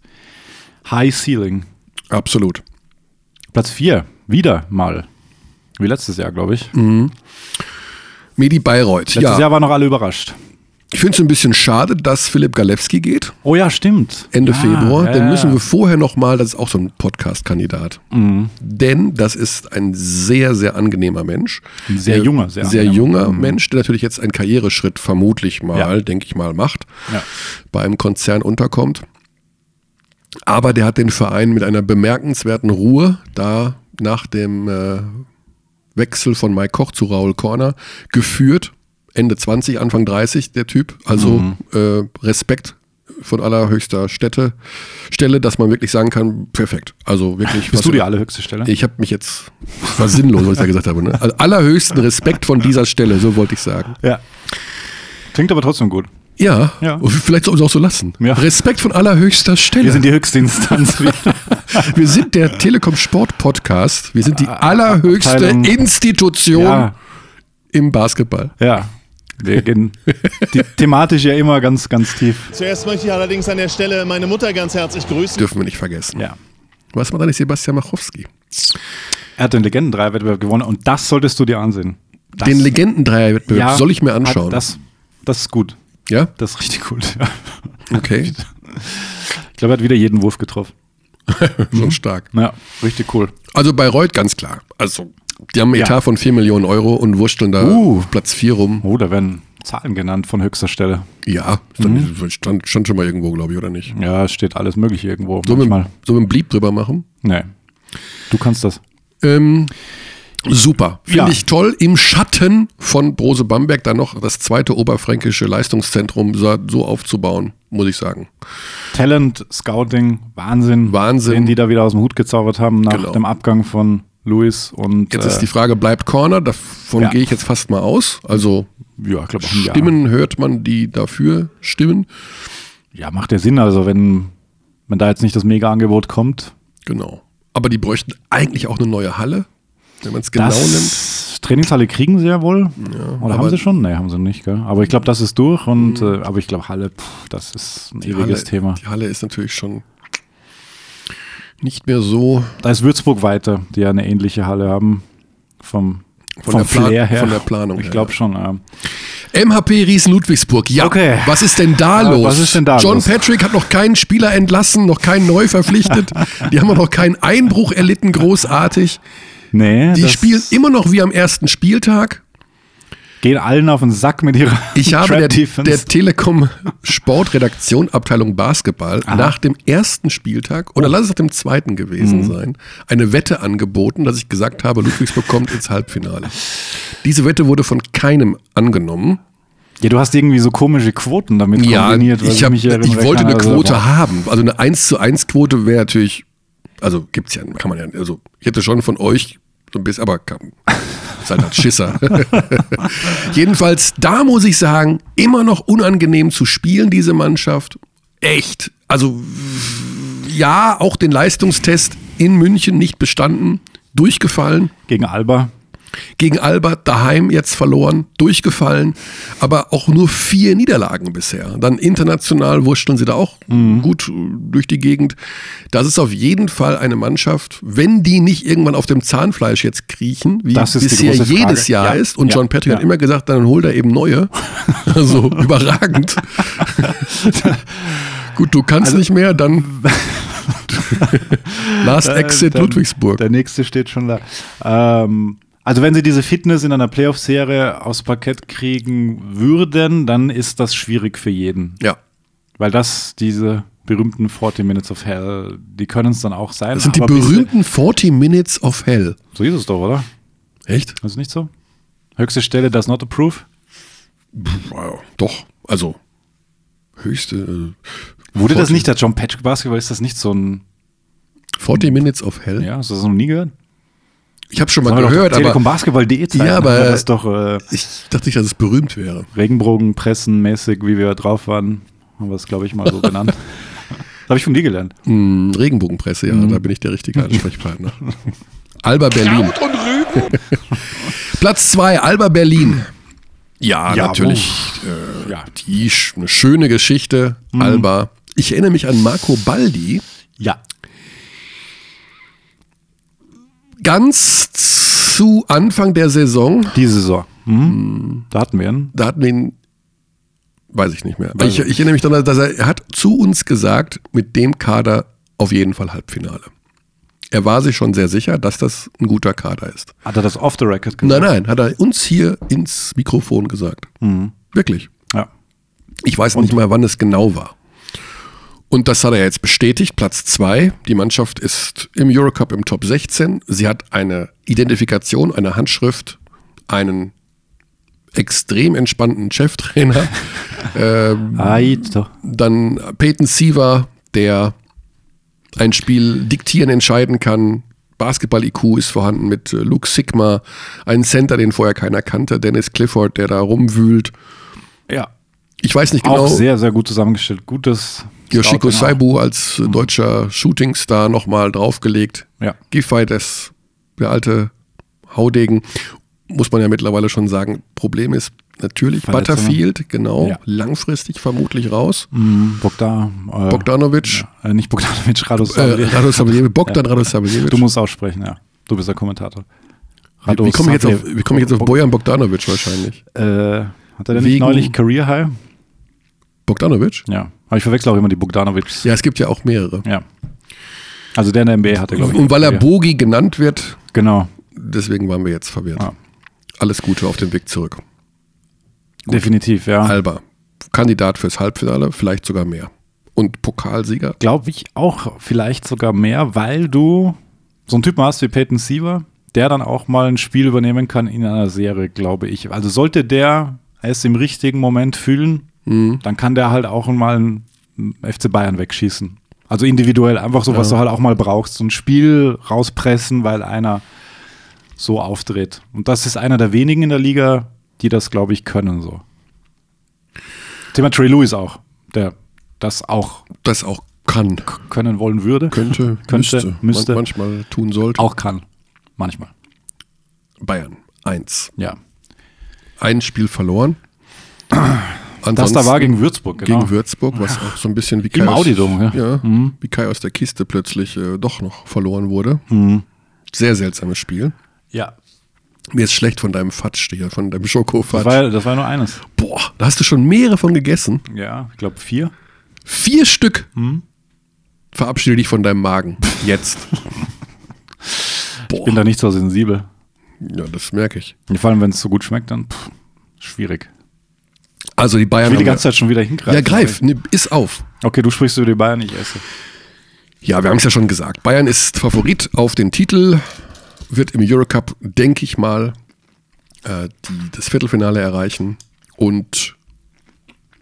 Speaker 2: High Ceiling.
Speaker 1: absolut.
Speaker 2: Platz 4, wieder mal. Wie letztes Jahr, glaube ich.
Speaker 1: Medi Bayreuth,
Speaker 2: Letztes
Speaker 1: ja.
Speaker 2: Jahr waren noch alle überrascht.
Speaker 1: Ich finde es ein bisschen schade, dass Philipp Galewski geht.
Speaker 2: Oh ja, stimmt.
Speaker 1: Ende
Speaker 2: Ah,
Speaker 1: Februar.
Speaker 2: ja,
Speaker 1: Dann
Speaker 2: ja.
Speaker 1: müssen wir vorher nochmal, das ist auch so ein Podcast-Kandidat.
Speaker 2: Mhm.
Speaker 1: Denn das ist ein sehr, sehr angenehmer Mensch.
Speaker 2: Ein sehr
Speaker 1: Der-
Speaker 2: junger, sehr
Speaker 1: sehr
Speaker 2: angenehmer. Mhm.
Speaker 1: junger Mensch, der natürlich jetzt einen Karriereschritt vermutlich mal,
Speaker 2: Ja.
Speaker 1: denke ich mal, macht.
Speaker 2: Ja.
Speaker 1: Bei einem Konzern unterkommt. Aber der hat den Verein mit einer bemerkenswerten Ruhe da nach dem äh, Wechsel von Mike Koch zu Raoul Corner geführt. Ende 20, Anfang 30, der Typ. Also
Speaker 2: Mhm.
Speaker 1: äh, Respekt von allerhöchster Stätte, Stelle, dass man wirklich sagen kann, perfekt. Also wirklich. was-
Speaker 2: Bist du die allerhöchste Stelle?
Speaker 1: Ich habe mich jetzt, das war sinnlos, was ich da gesagt habe. Ne? Also allerhöchsten Respekt von dieser Stelle, so wollte ich sagen.
Speaker 2: Ja. Klingt aber trotzdem gut.
Speaker 1: Ja,
Speaker 2: Ja.
Speaker 1: Und vielleicht soll man es auch so lassen.
Speaker 2: Ja.
Speaker 1: Respekt von allerhöchster Stelle.
Speaker 2: Wir sind die höchste Instanz.
Speaker 1: Wir sind der Telekom Sport Podcast. Wir sind die allerhöchste
Speaker 2: Ah, Abteilung.
Speaker 1: Institution
Speaker 2: ja,
Speaker 1: im Basketball.
Speaker 2: ja. Wir gehen die, thematisch ja immer ganz, ganz tief.
Speaker 5: Zuerst möchte ich allerdings an der Stelle meine Mutter ganz herzlich grüßen.
Speaker 1: Dürfen wir nicht vergessen.
Speaker 2: Ja.
Speaker 1: Was macht eigentlich Sebastian Machowski?
Speaker 2: Er hat den Legenden-3-Wettbewerb gewonnen und das solltest du dir ansehen. Das,
Speaker 1: Den Legendendreier-Wettbewerb soll ich mir anschauen.
Speaker 2: hat- Das, das ist gut.
Speaker 1: ja,
Speaker 2: Das ist richtig gut. Ja.
Speaker 1: okay.
Speaker 2: Ich glaube, er hat wieder jeden Wurf getroffen.
Speaker 1: Schon stark.
Speaker 2: Ja, richtig cool.
Speaker 1: Also Bayreuth ganz klar. Also, die haben einen
Speaker 2: Ja.
Speaker 1: Etat von 4 Millionen Euro und wursteln da
Speaker 2: Uh.
Speaker 1: auf Platz 4 rum.
Speaker 2: Oh, da werden Zahlen genannt von höchster Stelle.
Speaker 1: Ja, stand,
Speaker 2: Mhm.
Speaker 1: stand, stand schon mal irgendwo, glaube ich, oder nicht?
Speaker 2: Ja, steht alles mögliche irgendwo.
Speaker 1: So mit,
Speaker 2: manchmal.
Speaker 1: so mit dem Blieb drüber machen.
Speaker 2: Nee. Du kannst das.
Speaker 1: Ähm, super. Finde
Speaker 2: Ja.
Speaker 1: ich toll. Im Schatten von Brose Bamberg dann noch das zweite oberfränkische Leistungszentrum so, so aufzubauen, muss ich sagen.
Speaker 2: Talent, Scouting, Wahnsinn.
Speaker 1: Wahnsinn.
Speaker 2: Den die da wieder aus dem Hut gezaubert haben nach
Speaker 1: Genau.
Speaker 2: dem Abgang von Luis und.
Speaker 1: Jetzt ist die Frage, bleibt Corner? Davon
Speaker 2: Äh. Ja.
Speaker 1: gehe ich jetzt fast mal aus. Also
Speaker 2: ja, ich glaube auch ein Jahr.
Speaker 1: Stimmen hört man, die dafür stimmen.
Speaker 2: Ja, macht ja Sinn. Also, wenn, wenn da jetzt nicht das Mega-Angebot kommt,
Speaker 1: Genau. Aber die bräuchten eigentlich auch eine neue Halle, wenn man es genau nimmt.
Speaker 2: das Trainingshalle kriegen sie ja wohl. Oder haben sie schon? Nee, haben sie nicht, gell? Aber ich glaube, das ist durch und äh, aber ich glaube, Halle, pff, das ist
Speaker 1: Hm.
Speaker 2: ein
Speaker 1: Die Halle,
Speaker 2: ewiges Thema.
Speaker 1: die Halle ist natürlich schon nicht mehr so
Speaker 2: Da ist Würzburg weiter, die ja eine ähnliche Halle haben. Vom,
Speaker 1: Von
Speaker 2: vom
Speaker 1: der Plan-
Speaker 2: Flair her.
Speaker 1: von der Planung
Speaker 2: Ich
Speaker 1: her,
Speaker 2: glaube schon. Ja.
Speaker 1: MHP Riesen Ludwigsburg, ja.
Speaker 2: Okay.
Speaker 1: Was ist denn da
Speaker 2: Ja,
Speaker 1: los?
Speaker 2: was ist denn da
Speaker 1: John
Speaker 2: los?
Speaker 1: Patrick hat noch keinen Spieler entlassen, noch keinen neu verpflichtet. Die haben auch noch keinen Einbruch erlitten, großartig.
Speaker 2: Nee,
Speaker 1: Die
Speaker 2: das
Speaker 1: spielen immer noch wie am ersten Spieltag.
Speaker 2: gehen allen auf den Sack mit ihrer
Speaker 1: Ich habe der,
Speaker 2: Trap-Defense.
Speaker 1: der Telekom Sportredaktion Abteilung Basketball nach dem ersten Spieltag
Speaker 2: Oh.
Speaker 1: oder lass es nach dem zweiten gewesen
Speaker 2: Mhm.
Speaker 1: sein, eine Wette angeboten, dass ich gesagt habe, Ludwigsburg kommt ins Halbfinale. Diese Wette wurde von keinem angenommen.
Speaker 2: Ja, du hast irgendwie so komische Quoten damit
Speaker 1: Ja,
Speaker 2: kombiniert. was
Speaker 1: ich, hab,
Speaker 2: mich
Speaker 1: ich,
Speaker 2: erinnere
Speaker 1: wollte
Speaker 2: kann.
Speaker 1: eine
Speaker 2: Also,
Speaker 1: Quote
Speaker 2: boah.
Speaker 1: haben. Also eine 1 zu 1 Quote wäre natürlich, also gibt's ja, kann man ja, also ich hätte schon von euch so ein bisschen, aber kann, seid halt Schisser. Jedenfalls, da muss ich sagen, immer noch unangenehm zu spielen, diese Mannschaft. Echt. Also ja, auch den Leistungstest in München nicht bestanden, durchgefallen
Speaker 2: Gegen Alba.
Speaker 1: gegen Albert daheim jetzt verloren, durchgefallen, aber auch nur vier Niederlagen bisher. Dann international wurschteln sie da auch
Speaker 2: Mhm.
Speaker 1: gut äh, durch die Gegend. Das ist auf jeden Fall eine Mannschaft, wenn die nicht irgendwann auf dem Zahnfleisch jetzt kriechen, wie
Speaker 2: Das ist die
Speaker 1: bisher
Speaker 2: große Frage.
Speaker 1: jedes Jahr
Speaker 2: Ja.
Speaker 1: ist. Und
Speaker 2: Ja.
Speaker 1: John Patrick hat
Speaker 2: Ja.
Speaker 1: immer gesagt, dann hol da eben neue. Also überragend. gut, du kannst
Speaker 2: Also
Speaker 1: nicht mehr, dann Last Exit
Speaker 2: Äh, der-
Speaker 1: Ludwigsburg.
Speaker 2: Der nächste steht schon da. Ähm, also wenn sie diese Fitness in einer Playoff-Serie aufs Parkett kriegen würden, dann ist das schwierig für jeden.
Speaker 1: ja.
Speaker 2: Weil das diese berühmten 40 Minutes of Hell, die können es dann auch sein.
Speaker 1: Das sind die
Speaker 2: aber bis-
Speaker 1: berühmten 40 Minutes of Hell.
Speaker 2: So ist es doch, oder?
Speaker 1: Echt?
Speaker 2: Ist nicht so? Höchste Stelle does not approve.
Speaker 1: Wow. Doch. Also, höchste. Äh,
Speaker 2: Wurde das
Speaker 1: 40
Speaker 2: nicht der John Patrick Basketball? Ist das nicht so ein,
Speaker 1: 40 Minutes of Hell?
Speaker 2: ja, hast du das noch nie gehört?
Speaker 1: Ich habe schon mal
Speaker 2: Haben wir doch
Speaker 1: gehört,
Speaker 2: Telekom
Speaker 1: aber
Speaker 2: Basketball.de Zeiten
Speaker 1: Ja, aber-
Speaker 2: haben wir das doch äh,
Speaker 1: ich dachte nicht, dass es berühmt wäre.
Speaker 2: Regenbogenpressenmäßig, wie wir drauf waren, haben wir es glaube ich mal so benannt. Habe ich von dir gelernt.
Speaker 1: Hm,
Speaker 2: Mhm.
Speaker 1: Regenbogenpresse, ja, da bin ich der richtige Ansprechpartner. Alba Berlin.
Speaker 3: Kraut und Rüben.
Speaker 1: Platz 2, Alba Berlin. Ja,
Speaker 2: Ja,
Speaker 1: natürlich. Äh,
Speaker 2: Ja.
Speaker 1: Die sch eine schöne Geschichte,
Speaker 2: Mhm.
Speaker 1: Alba. Ich erinnere mich an Marco Baldi.
Speaker 2: Ja.
Speaker 1: Ganz zu Anfang der Saison
Speaker 2: Diese Saison. Mhm. Da hatten wir ihn.
Speaker 1: da hatten wir ihn, weiß ich nicht mehr. Ich, ich erinnere mich daran, dass er, er hat zu uns gesagt, mit dem Kader auf jeden Fall Halbfinale. Er war sich schon sehr sicher, dass das ein guter Kader ist.
Speaker 2: Hat er das off the record
Speaker 1: Nein,
Speaker 2: gesagt?
Speaker 1: nein, hat er uns hier ins Mikrofon gesagt. Wirklich.
Speaker 2: Ja.
Speaker 1: Ich weiß nicht mal, wann es genau war. Und das hat er jetzt bestätigt, Platz zwei. Die Mannschaft ist im Eurocup im Top 16. Sie hat eine Identifikation, eine Handschrift, einen extrem entspannten Cheftrainer. Ähm,
Speaker 2: Aito.
Speaker 1: Dann Peyton Siever, der ein Spiel diktieren, entscheiden kann. Basketball-IQ ist vorhanden mit äh, Luke Sigma, einen Center, den vorher keiner kannte, Dennis Clifford, der da rumwühlt.
Speaker 2: Ja.
Speaker 1: Ich weiß nicht genau.
Speaker 2: Auch sehr, sehr gut zusammengestellt. Gutes. genau.
Speaker 1: Yoshiko
Speaker 2: Scouting auch.
Speaker 1: Saibu als äh, deutscher Shootingstar nochmal draufgelegt.
Speaker 2: Ja.
Speaker 1: Giffey, das, der alte Haudegen, muss man ja mittlerweile schon sagen. Problem ist natürlich
Speaker 2: Verletzungen.
Speaker 1: Butterfield, genau,
Speaker 2: Ja.
Speaker 1: langfristig vermutlich raus.
Speaker 2: Mhm. Bogda, äh,
Speaker 1: Bogdanovic,
Speaker 2: Äh, nicht Bogdanovic, Rados.
Speaker 1: äh, Radosavljevic, Bogdan Radosavljevic.
Speaker 2: Du musst aussprechen, ja. Du bist der Kommentator.
Speaker 1: Wie, wie komme ich jetzt auf, wie komme ich jetzt auf
Speaker 2: Bog-
Speaker 1: Bojan Bogdanovic wahrscheinlich?
Speaker 2: Äh, hat er denn
Speaker 1: Wegen-
Speaker 2: nicht neulich Career High?
Speaker 1: Bogdanovic?
Speaker 2: Ja. Aber ich verwechsel auch immer die Bogdanovics.
Speaker 1: Ja, es gibt ja auch mehrere.
Speaker 2: Ja. Also der in der NBA hatte, glaube ich.
Speaker 1: Und weil er
Speaker 2: Career.
Speaker 1: Bogi genannt wird,
Speaker 2: Genau.
Speaker 1: deswegen waren wir jetzt verwirrt.
Speaker 2: Ja.
Speaker 1: Alles Gute auf dem Weg zurück.
Speaker 2: Definitiv, ja.
Speaker 1: Alba, Kandidat fürs Halbfinale, vielleicht sogar mehr. Und Pokalsieger.
Speaker 2: glaube ich, auch vielleicht sogar mehr, weil du so einen Typen hast wie Peyton Siever, der dann auch mal ein Spiel übernehmen kann in einer Serie, glaube ich. Also sollte der es im richtigen Moment fühlen, dann kann der halt auch mal einen FC Bayern wegschießen. Also individuell einfach so, was du halt auch mal brauchst. So ein Spiel rauspressen, weil einer so auftritt. Und das ist einer der wenigen in der Liga, die das, glaube ich, können so. Thema Trey Lewis auch, der das auch
Speaker 1: Das auch kann.
Speaker 2: können wollen würde.
Speaker 1: Könnte,
Speaker 2: könnte, müsste,
Speaker 1: Man, manchmal tun sollte.
Speaker 2: auch kann. Manchmal.
Speaker 1: Bayern. 1.
Speaker 2: Ja.
Speaker 1: Ein Spiel verloren.
Speaker 2: Das
Speaker 1: Ansonsten
Speaker 2: da war gegen Würzburg, genau.
Speaker 1: gegen Würzburg, was auch so ein bisschen wie Kai,
Speaker 2: Im Audidom, ja. Mhm.
Speaker 1: aus, ja, wie Kai aus der Kiste plötzlich äh, doch noch verloren wurde.
Speaker 2: Mhm.
Speaker 1: Sehr seltsames Spiel.
Speaker 2: Ja.
Speaker 1: Mir ist schlecht von deinem Fatsch hier, von deinem
Speaker 2: Das war,
Speaker 1: Schokofatsch.
Speaker 2: ja- das war nur eines.
Speaker 1: Boah, da hast du schon mehrere von gegessen.
Speaker 2: Ja, ich glaube vier.
Speaker 1: Vier Stück.
Speaker 2: Mhm.
Speaker 1: Verabschiede dich von deinem Magen. Jetzt.
Speaker 2: Ich bin da nicht so sensibel.
Speaker 1: Ja, das merke ich.
Speaker 2: Vor allem, wenn es so gut schmeckt, dann pff, schwierig.
Speaker 1: Also die
Speaker 2: Ich
Speaker 1: Bayern.
Speaker 2: will die
Speaker 1: haben
Speaker 2: ganze
Speaker 1: ja-
Speaker 2: Zeit schon wieder hingreifen.
Speaker 1: ja, greif, ne, ist auf.
Speaker 2: Okay, du sprichst über die Bayern, ich esse.
Speaker 1: Ja, wir haben es ja schon gesagt. Bayern ist Favorit auf den Titel, wird im Eurocup, denke ich mal, äh, die, das Viertelfinale erreichen. Und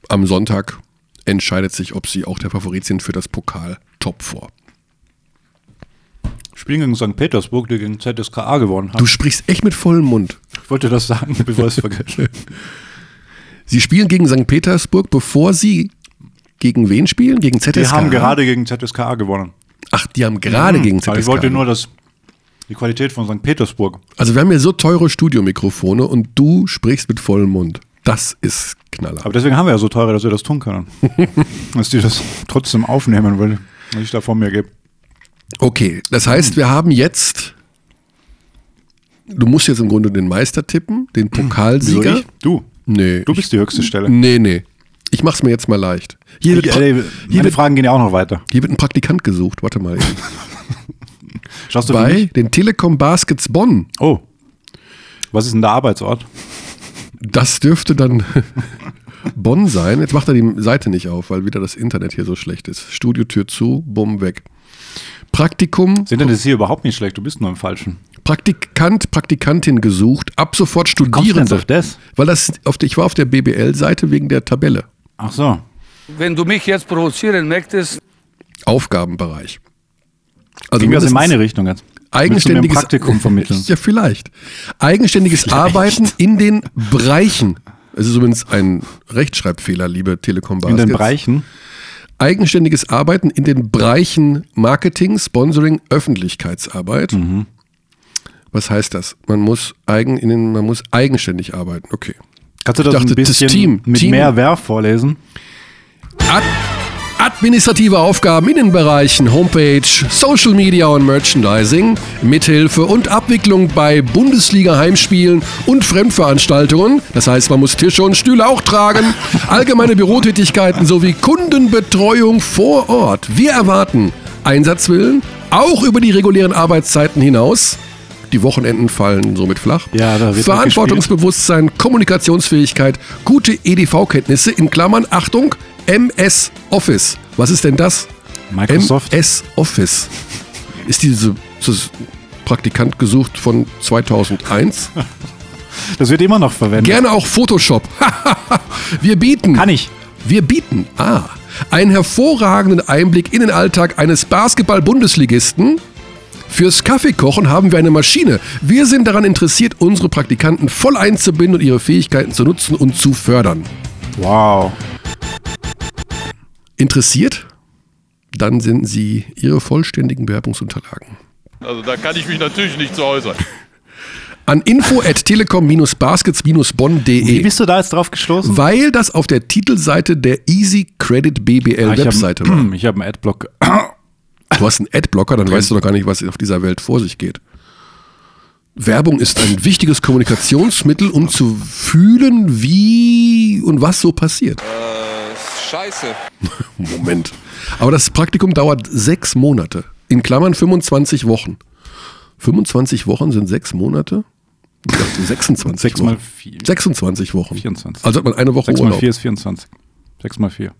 Speaker 1: am Sonntag entscheidet sich, ob sie auch der Favorit sind für das Pokal Top 4.
Speaker 2: Spielen gegen St. Petersburg, die gegen ZSKA gewonnen haben.
Speaker 1: Du sprichst echt mit vollem Mund.
Speaker 2: Ich wollte das sagen, bevor ich es vergesse.
Speaker 1: Sie spielen gegen St. Petersburg, bevor sie gegen wen spielen? Gegen ZSK?
Speaker 2: Die haben gerade gegen ZSKA gewonnen. Hm.
Speaker 1: Ach, die haben gerade gegen ZSK.
Speaker 2: Aber ich wollte nur das, die Qualität von St. Petersburg.
Speaker 1: also wir haben ja so teure Studiomikrofone und du sprichst mit vollem Mund. Das ist Knaller.
Speaker 2: Aber deswegen haben wir ja so teure, dass wir das tun können. dass die das trotzdem aufnehmen will, was ich da von mir gebe.
Speaker 1: Okay, das heißt, wir haben jetzt. Du musst jetzt im Grunde den Meister tippen, den Pokalsieger.
Speaker 2: ich? Du.
Speaker 1: Nee.
Speaker 2: Du bist die höchste
Speaker 1: ich,
Speaker 2: Stelle.
Speaker 1: nee, nee. Ich mach's mir jetzt mal leicht. Hier wird,
Speaker 2: Ich-
Speaker 1: Pra-
Speaker 2: äh,
Speaker 1: hier
Speaker 2: meine
Speaker 1: wird,
Speaker 2: Fragen gehen ja auch noch weiter.
Speaker 1: hier wird ein Praktikant gesucht. Warte mal. eben.
Speaker 2: Schaust du für
Speaker 1: Bei
Speaker 2: mich?
Speaker 1: den Telekom Baskets Bonn.
Speaker 2: Oh. Was ist denn der Arbeitsort?
Speaker 1: Das dürfte dann Bonn sein. Jetzt macht er die Seite nicht auf, weil wieder das Internet hier so schlecht ist. Studiotür zu, bumm, weg. Praktikum,
Speaker 2: Sind denn das hier überhaupt nicht schlecht? Du bist nur im Falschen.
Speaker 1: Praktikant, Praktikantin gesucht, ab sofort Studierende.
Speaker 2: das?
Speaker 1: Weil das auf der, ich war auf der BBL-Seite wegen der Tabelle.
Speaker 2: Ach
Speaker 1: Also
Speaker 2: so.
Speaker 6: Wenn du mich jetzt provozieren möchtest,
Speaker 1: Aufgabenbereich. Also
Speaker 2: Ging das in
Speaker 1: mindestens
Speaker 2: meine Richtung jetzt? Willst du mir ein
Speaker 1: eigenständiges
Speaker 2: Praktikum vermitteln.
Speaker 1: ja, vielleicht. Eigenständiges Arbeiten in den Bereichen. Es ist übrigens ein Rechtschreibfehler, liebe Telekom
Speaker 2: In
Speaker 1: Baskets.
Speaker 2: den Bereichen?
Speaker 1: Eigenständiges Arbeiten in den Bereichen Marketing, Sponsoring, Öffentlichkeitsarbeit.
Speaker 2: Mhm.
Speaker 1: Was heißt das? Man muss, eigen, in den, man muss eigenständig arbeiten. Okay.
Speaker 2: Kannst du das
Speaker 1: dachte,
Speaker 2: ein bisschen
Speaker 1: das Team,
Speaker 2: mit
Speaker 1: Team.
Speaker 2: mehr Werf vorlesen?
Speaker 1: Ad administrative Aufgaben in den Bereichen Homepage, Social Media und Merchandising, Mithilfe und Abwicklung bei Bundesliga-Heimspielen und Fremdveranstaltungen. Das heißt, man muss Tische und Stühle auch tragen. Allgemeine Bürotätigkeiten sowie Kundenbetreuung vor Ort. Wir erwarten Einsatzwillen, auch über die regulären Arbeitszeiten hinaus. Die Wochenenden fallen somit flach.
Speaker 2: Ja, da wird noch
Speaker 1: Verantwortungs Selbstbewusstsein, Kommunikationsfähigkeit, gute EDV-Kenntnisse in Klammern, Achtung, MS Office. Was ist denn das?
Speaker 2: Microsoft?
Speaker 1: MS Office. Ist diese ist das Praktikant gesucht von 2001?
Speaker 2: Das wird immer noch verwendet.
Speaker 1: Gerne auch Photoshop. Wir bieten.
Speaker 2: Kann ich.
Speaker 1: Wir bieten A. Einen hervorragenden Einblick in den Alltag eines Basketball-Bundesligisten. Fürs Kaffeekochen haben wir eine Maschine. Wir sind daran interessiert, unsere Praktikanten voll einzubinden und ihre Fähigkeiten zu nutzen und zu fördern.
Speaker 2: Wow.
Speaker 1: Interessiert? Dann sind Sie Ihre vollständigen Werbungsunterlagen
Speaker 7: Also da kann ich mich natürlich nicht zu äußern.
Speaker 1: an info@telekom-baskets-bonn.de.
Speaker 2: Wie bist du da jetzt drauf gestoßen?
Speaker 1: Weil das auf der Titelseite der Easy Credit BBL
Speaker 2: Ah, ich
Speaker 1: Webseite war.
Speaker 2: habe ich hab einen Adblock.
Speaker 1: Du hast einen Adblocker, dann weißt du doch gar nicht, was auf dieser Welt vor sich geht. Werbung ist ein wichtiges Kommunikationsmittel, um zu fühlen, wie und was so passiert.
Speaker 6: scheiße.
Speaker 1: Moment. Aber das Praktikum dauert sechs Monate. In Klammern 25 Wochen. 25 Wochen sind sechs Monate? Ich dachte 26
Speaker 2: Sechs mal
Speaker 1: Wochen.
Speaker 2: vier.
Speaker 1: 26 Wochen.
Speaker 2: 24.
Speaker 1: Also hat man eine Woche
Speaker 2: 6 mal
Speaker 1: Urlaub.
Speaker 2: 4 ist 24. 6 mal 4.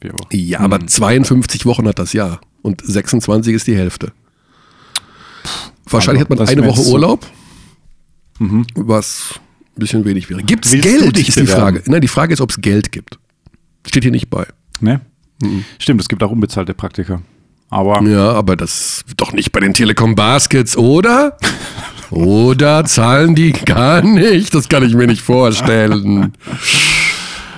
Speaker 2: Vier Wochen.
Speaker 1: Ja, aber 52 Wochen hat das Jahr und 26 ist die Hälfte. Wahrscheinlich hat
Speaker 2: Also,
Speaker 1: man
Speaker 2: das
Speaker 1: eine
Speaker 2: wär
Speaker 1: Woche
Speaker 2: jetzt so-
Speaker 1: Urlaub, was ein bisschen wenig wäre. Gibt es
Speaker 2: Mhm. Willst du
Speaker 1: Geld,
Speaker 2: dich
Speaker 1: ist die
Speaker 2: bewerben?
Speaker 1: Frage. Nein, die Frage ist, ob es Geld gibt. Steht hier nicht bei.
Speaker 2: Ne? Stimmt, es gibt auch unbezahlte Praktika. Aber
Speaker 1: Ja, aber das doch nicht bei den Telekom Baskets, oder? Oder zahlen die gar nicht? Das kann ich mir nicht vorstellen.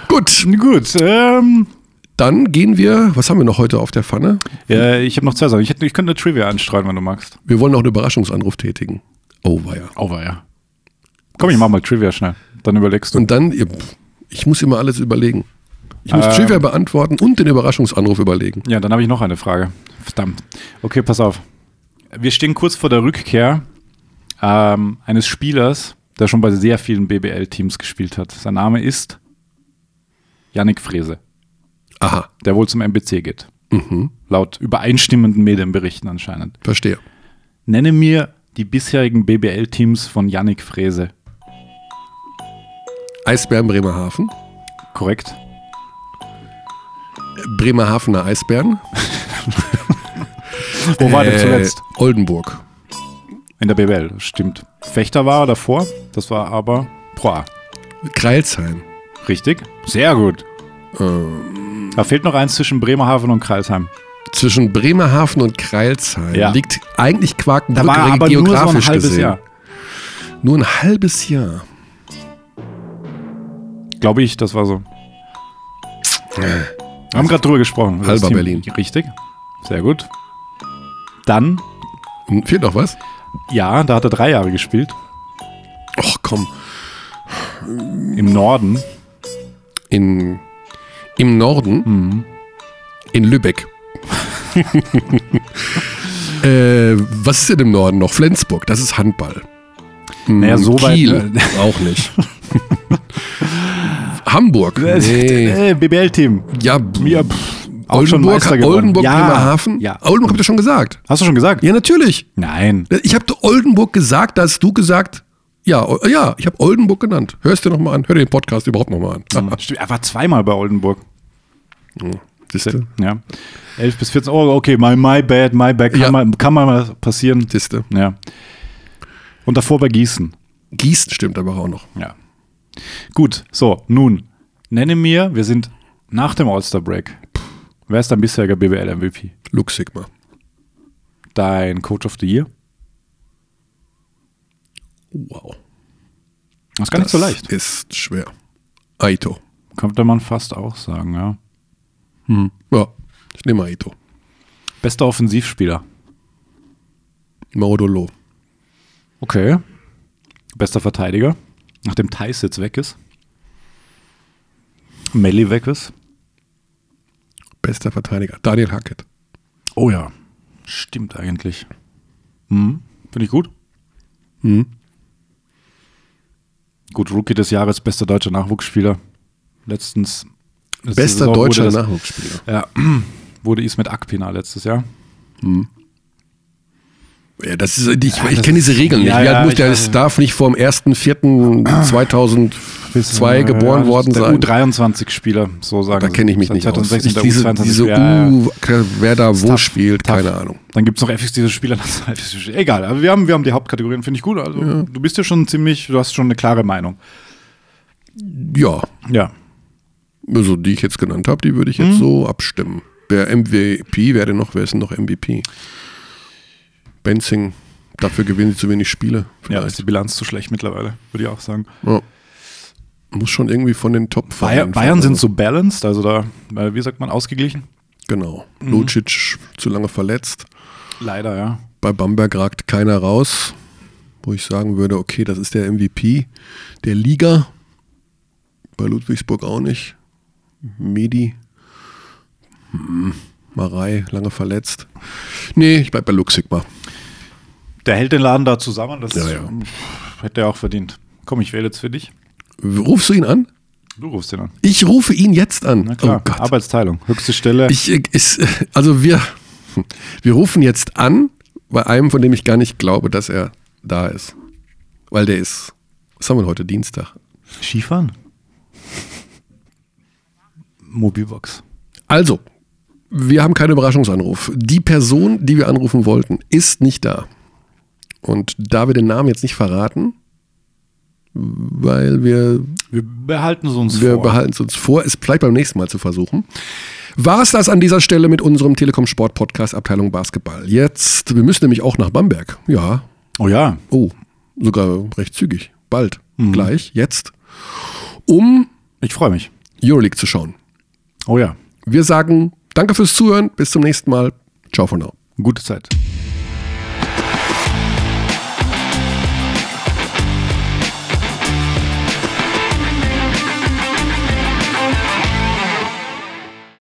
Speaker 1: Gut,
Speaker 2: gut, ähm,
Speaker 1: dann gehen wir. Was haben wir noch heute auf der Pfanne?
Speaker 2: ja, äh, ich habe noch zwei Sachen. Ich, hätte- ich könnte eine Trivia anstreuen, wenn du magst.
Speaker 1: Wir wollen noch einen Überraschungsanruf tätigen. Oh, weia.
Speaker 2: Over, ja. Komm, ich mach mal Trivia schnell. Dann überlegst du.
Speaker 1: Und dann, ihr- pff, ich muss immer alles überlegen. Ich
Speaker 2: Ähm.
Speaker 1: muss Trivia beantworten und den Überraschungsanruf überlegen.
Speaker 2: Ja, dann habe ich noch eine Frage. Verdammt. Okay, pass auf. Wir stehen kurz vor der Rückkehr ähm, eines Spielers, der schon bei sehr vielen BBL-Teams gespielt hat. Sein Name ist Yannick Frese,
Speaker 1: Aha,
Speaker 2: der wohl zum MBC geht.
Speaker 1: Mhm.
Speaker 2: Laut übereinstimmenden Medienberichten anscheinend.
Speaker 1: verstehe.
Speaker 2: Nenne mir die bisherigen BBL-Teams von Yannick Frese.
Speaker 1: Eisbären Bremerhaven,
Speaker 2: Korrekt?
Speaker 1: Bremerhavener Eisbären,
Speaker 2: Wo war
Speaker 1: äh,
Speaker 2: der zuletzt?
Speaker 1: Oldenburg.
Speaker 2: In der BBL, das stimmt. Fechter war er davor, das war aber Pro A.
Speaker 1: Kreilsheim.
Speaker 2: Richtig? Sehr gut. Da fehlt noch eins zwischen Bremerhaven und Kreisheim.
Speaker 1: Zwischen Bremerhaven und Kreilsheim
Speaker 2: Ja.
Speaker 1: liegt eigentlich Quakenbrück
Speaker 2: Da war er
Speaker 1: re-
Speaker 2: aber nur so
Speaker 1: geografisch
Speaker 2: ein halbes
Speaker 1: gesehen.
Speaker 2: Jahr.
Speaker 1: Nur ein halbes Jahr.
Speaker 2: Glaube ich, das war so. Wir haben gerade drüber gesprochen. über das
Speaker 1: Halber
Speaker 2: Team.
Speaker 1: Berlin.
Speaker 2: Richtig. Sehr gut. Dann,
Speaker 1: Hm, Fehlt noch was?
Speaker 2: ja, da hat er drei Jahre gespielt.
Speaker 1: Och komm,
Speaker 2: Im Norden.
Speaker 1: in, im Norden,
Speaker 2: Mhm.
Speaker 1: in Lübeck. äh, was ist denn im Norden noch? Flensburg, das ist Handball. Hm,
Speaker 2: Naja, so weit. ne?
Speaker 1: Kiel, auch nicht. Hamburg, nee.
Speaker 2: Äh, BBL-Team.
Speaker 1: Ja,
Speaker 2: Ja, pff, auch schon
Speaker 1: Oldenburg,
Speaker 2: Meister geworden.
Speaker 1: Oldenburg,
Speaker 2: ja,
Speaker 1: Bremerhaven.
Speaker 2: Ja.
Speaker 1: Oldenburg habt ihr schon gesagt.
Speaker 2: Hast du schon gesagt?
Speaker 1: Ja, natürlich.
Speaker 2: Nein.
Speaker 1: Ich habe Oldenburg gesagt, da hast du gesagt, ja, o- ja, ich habe Oldenburg genannt. Hörst dir nochmal an, hör dir den Podcast überhaupt nochmal an.
Speaker 2: Stimmt, Er war zweimal bei Oldenburg.
Speaker 1: Siehst du?
Speaker 2: Ja. 11 bis 14. Oh, okay, my, my bad, my bad. Kann,
Speaker 1: Ja.
Speaker 2: mal, kann mal passieren.
Speaker 1: Siehst du?
Speaker 2: Ja. Und davor bei Gießen.
Speaker 1: Gießen stimmt aber auch noch.
Speaker 2: Ja. Gut, so, nun, nenne mir, wir sind nach dem All-Star-Break. Wer ist dein bisheriger BBL-MVP?
Speaker 1: Luke Sigma.
Speaker 2: Dein Coach of the Year?
Speaker 1: Wow.
Speaker 2: Das ist gar nicht so leicht.
Speaker 1: Ist schwer. Aito.
Speaker 2: Könnte man fast auch sagen, ja.
Speaker 1: Ja, ich nehme Aito.
Speaker 2: Bester Offensivspieler.
Speaker 1: Maudolo.
Speaker 2: Okay. Bester Verteidiger. Nachdem Thais jetzt weg ist. Melli weg ist.
Speaker 1: Bester Verteidiger. Daniel Hackett.
Speaker 2: Oh ja. Stimmt eigentlich. Mhm. Finde ich gut. Hm. Gut, Rookie des Jahres, bester deutscher Nachwuchsspieler. Letztens. letzte
Speaker 1: Bester
Speaker 2: Saison wurde
Speaker 1: deutscher
Speaker 2: das-
Speaker 1: Nachwuchsspieler.
Speaker 2: Ja, wurde Ismet Akpina letztes Jahr.
Speaker 1: Ja, das ist, ich ich
Speaker 2: das
Speaker 1: kenne diese
Speaker 2: ist-
Speaker 1: Regeln nicht.
Speaker 2: Ja,
Speaker 1: Wie
Speaker 2: ja,
Speaker 1: alt muss
Speaker 2: ich
Speaker 1: der,
Speaker 2: weiß
Speaker 1: es
Speaker 2: es.
Speaker 1: darf nicht vor dem 1.4.2002 geboren
Speaker 2: ja,
Speaker 1: worden
Speaker 2: der
Speaker 1: sein.
Speaker 2: U23-Spieler, so sagen
Speaker 1: Da
Speaker 2: sie.
Speaker 1: kenne ich mich nicht aus.
Speaker 2: 2016
Speaker 1: Ich,
Speaker 2: der
Speaker 1: diese,
Speaker 2: U23
Speaker 1: diese
Speaker 2: ja, ja.
Speaker 1: U, wer da wo
Speaker 2: Tough,
Speaker 1: spielt,
Speaker 2: tough.
Speaker 1: keine Ahnung.
Speaker 2: Dann gibt es noch FX diese Spieler. das ist FX Egal, aber wir haben, wir haben die Hauptkategorien, finde ich gut. Also, Du bist ja schon ziemlich, du hast schon eine klare Meinung.
Speaker 1: Ja,
Speaker 2: Ja.
Speaker 1: also die ich jetzt genannt habe, die würde ich jetzt
Speaker 2: Mhm.
Speaker 1: so abstimmen. Wer MVP, wer denn noch, wer ist denn noch MVP? Benzing, dafür gewinnen sie zu wenig Spiele.
Speaker 2: Ja,
Speaker 1: vielleicht.
Speaker 2: ist die Bilanz zu schlecht mittlerweile, würde ich auch sagen.
Speaker 1: Ja. Muss schon irgendwie von den ne? top
Speaker 2: Bayern, Bayern sind so balanced, also da, äh, wie sagt man, ausgeglichen?
Speaker 1: Genau.
Speaker 2: Mhm.
Speaker 1: Lucic zu lange verletzt.
Speaker 2: Leider, ja.
Speaker 1: Bei Bamberg ragt keiner raus, wo ich sagen würde, okay, das ist der MVP der Liga. Bei Ludwigsburg auch nicht. Medi. Hm. Marei, lange verletzt. Nee, ich bleib bei Lux Sigma.
Speaker 2: Der hält den Laden da zusammen, das
Speaker 1: Ja, ja.
Speaker 2: hätte er auch verdient. Komm, ich wähle jetzt für dich.
Speaker 1: Rufst du ihn an?
Speaker 2: Du rufst ihn an.
Speaker 1: Ich rufe ihn jetzt an.
Speaker 2: Na klar,
Speaker 1: oh Gott.
Speaker 2: Arbeitsteilung, höchste Stelle.
Speaker 1: Ich, äh, ist, äh, also wir, wir rufen jetzt an bei einem, von dem ich gar nicht glaube, dass er da ist. Weil der ist, was haben wir denn heute, Dienstag?
Speaker 2: Skifahren? Mobilbox.
Speaker 1: Also, wir haben keinen Überraschungsanruf. Die Person, die wir anrufen wollten, ist nicht da. Und da wir den Namen jetzt nicht verraten, weil wir,
Speaker 2: Wir behalten es uns
Speaker 1: wir
Speaker 2: vor.
Speaker 1: behalten es uns vor, es vielleicht beim nächsten Mal zu versuchen, war es das an dieser Stelle mit unserem Telekom Sport Podcast Abteilung Basketball. Jetzt, wir müssen nämlich auch nach Bamberg. Ja,
Speaker 2: oh ja,
Speaker 1: Oh, sogar recht zügig. Bald. Gleich. Jetzt. Um
Speaker 2: ich freue mich.
Speaker 1: Euroleague zu schauen.
Speaker 2: Oh ja,
Speaker 1: Wir sagen Danke fürs Zuhören. Bis zum nächsten Mal. Ciao for now.
Speaker 2: gute Zeit.